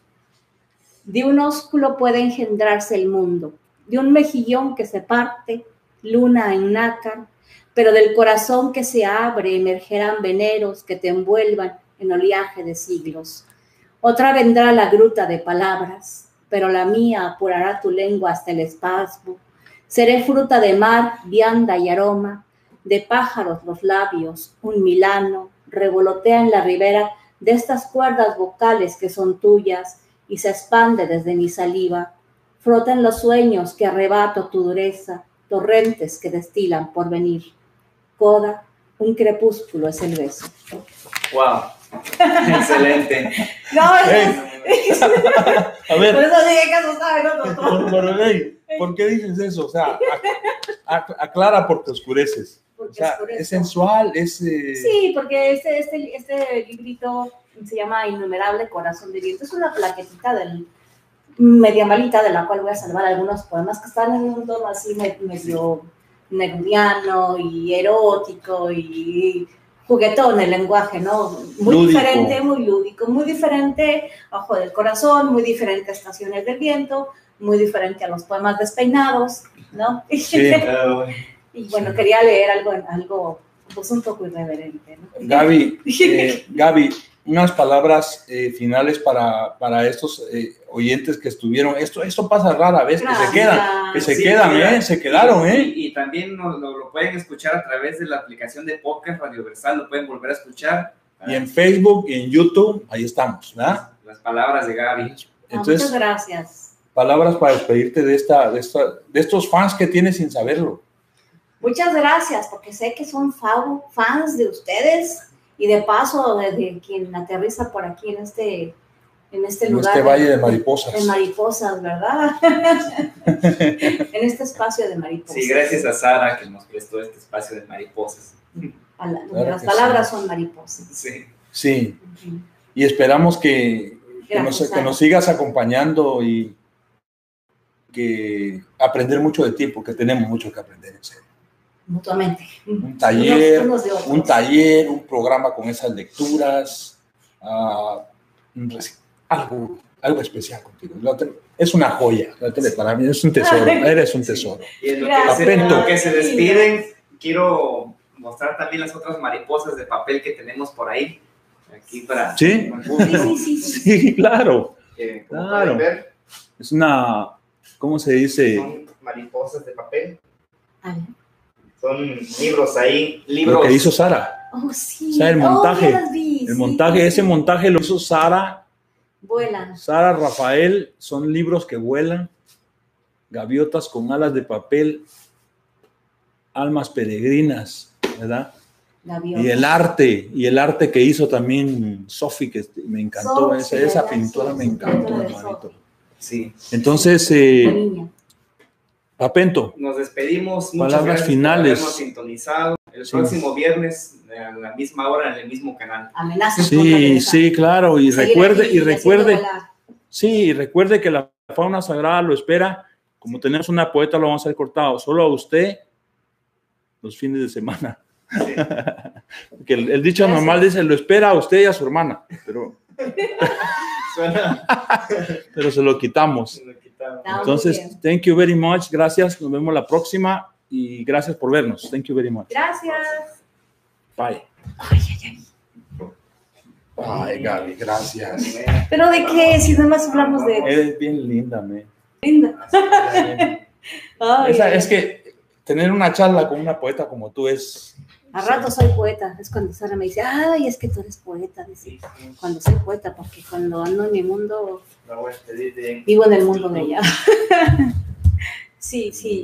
B: De un ósculo puede engendrarse el mundo, de un mejillón que se parte, luna en nácar, pero del corazón que se abre emergerán veneros que te envuelvan en oleaje de siglos. Otra vendrá la gruta de palabras, pero la mía apurará tu lengua hasta el espasmo. Seré fruta de mar, vianda y aroma, de pájaros los labios, un milano, revolotea en la ribera de estas cuerdas vocales que son tuyas y se expande desde mi saliva. Frotan los sueños que arrebato tu dureza, torrentes que destilan por venir. Coda, un crepúsculo es el beso.
A: ¡Wow! Excelente.
B: No,
C: Ey, a ver,
B: eso dije que no sabe, no,
C: por, por- ey, ¿por qué dices eso? O sea, ac- aclara porque oscureces. O
B: Porque
C: sea,
B: es por
C: es
B: eso.
C: sensual, es... eh,
B: Sí, porque este, este, este librito se llama Innumerable Corazón de Viento. Es una plaquetita del media malita de la cual voy a salvar algunos poemas que están en un tono así me- medio nerviano y erótico y juguetón el lenguaje, ¿no? Muy
C: Lúdico.
B: diferente, muy lúdico, muy diferente a Ojo del Corazón, muy diferente a Estaciones del Viento, muy diferente a los poemas despeinados, ¿no?
C: Sí.
A: Eh,
B: y bueno, quería leer algo, algo pues un poco irreverente, ¿no?
C: Gaby, eh, Gaby, unas palabras eh, finales para, para estos eh, oyentes que estuvieron. Esto, esto pasa rara vez, que se
B: Gracias. Ah,
C: quedan, que se
A: Ah, Sí,
C: quedan,
A: mira.
C: ¿eh? Se quedaron, ¿eh?
A: Y, y también nos- lo, lo pueden escuchar a través de la aplicación de podcast Radioversal, lo pueden volver a escuchar. Ah,
C: Y en Facebook y en YouTube, ahí estamos, ¿verdad?
A: Las palabras de Gaby.
B: Ah,
C: Entonces,
B: muchas gracias.
C: palabras para despedirte de, esta, de, esta, de estos fans que tienes sin saberlo.
B: Muchas gracias, porque sé que son fa- fans de ustedes y de paso de, de quien aterriza por aquí en este, en este
C: En
B: lugar.
C: este valle de
B: de
C: mariposas.
B: mariposas, ¿verdad? en este espacio de mariposas.
A: Sí, gracias a Sara que nos prestó este espacio de mariposas.
B: A la-
C: Claro
B: las
C: que
B: palabras son mariposas.
A: Sí.
C: Sí, y esperamos que, que nos,
B: Gracias,
C: que nos sigas acompañando y que aprender mucho de ti, porque tenemos mucho que aprender. en serio.
B: Mutuamente.
C: Un taller,
B: Unos- unos de otros.
C: un taller, un programa con esas lecturas, ah, un reci- algo, algo especial contigo. La tele- Es una joya, la tele para mí es un tesoro,
B: Ay.
C: eres un tesoro.
A: Y en lo que,
B: Gracias.
A: se, en lo que se
B: Apento.
A: despiden, quiero mostrar también las otras mariposas de papel que tenemos por ahí. Aquí para
C: Sí.
A: para el público,
B: Sí, sí, sí, sí.
C: Sí, claro.
A: que, como
C: Claro.
A: pueden ver,
C: Es una, ¿cómo se dice?
A: son mariposas de papel.
B: A ver.
A: Son libros ahí.
C: Lo
A: Libros.
C: que hizo Sara.
B: Oh, sí.
C: O sea, el
B: Oh, ya
C: montaje,
B: las vi, sí.
C: El montaje, ese montaje lo hizo Sara.
B: Vuelan.
C: Sara Rafael, son libros que vuelan, gaviotas con alas de papel, almas peregrinas, ¿verdad?
B: Gaviota.
C: Y el arte, y el arte que hizo también Sofi, que me encantó,
B: Sofi,
C: esa, esa
B: ¿verdad?
C: pintura
B: Sí,
C: me
B: sí,
C: encantó,
B: pintura de
C: hermanito.
B: Sofi.
A: Sí.
C: Entonces,
B: La
C: eh,
B: niña.
C: Papento,
A: Nos despedimos. Muchas
C: Palabras
A: gracias
C: finales.
A: Por habernos sintonizado. El
C: Sí.
A: próximo viernes a la misma hora en el mismo canal.
B: Amenazas. con la
C: sí,
B: cabeza.
C: sí, claro, y
B: Seguir
C: recuerde,
B: aquí
C: y recuerde,
B: haciendo volar.
C: sí, y recuerde que la fauna sagrada lo espera, como tenemos una poeta lo vamos a hacer cortado, solo a usted los fines de semana.
A: Sí.
C: Que el, el dicho
B: Gracias.
C: normal dice, lo espera a usted y a su hermana, pero
A: Suena.
C: pero se lo quitamos.
A: Lo quitamos.
B: Ah, muy
C: Entonces,
B: bien.
C: thank you very much. Gracias. Nos vemos la próxima y gracias por vernos. Thank you very much.
B: Gracias.
C: Bye.
B: Ay, ay, ay.
D: Ay, Gaby, gracias.
B: Pero de qué, si nada más hablamos de
C: Eres bien linda, me.
B: linda. Ay,
C: Esa-
B: ay,
C: es
B: ay.
C: que tener una charla con una poeta como tú es.
B: A rato soy poeta. Es cuando Sara me dice, ay, es que tú eres poeta. Dice, cuando soy poeta, porque cuando ando en mi mundo,
A: No, güey, te di- te di-
B: vivo en el mundo de ella. sí, sí.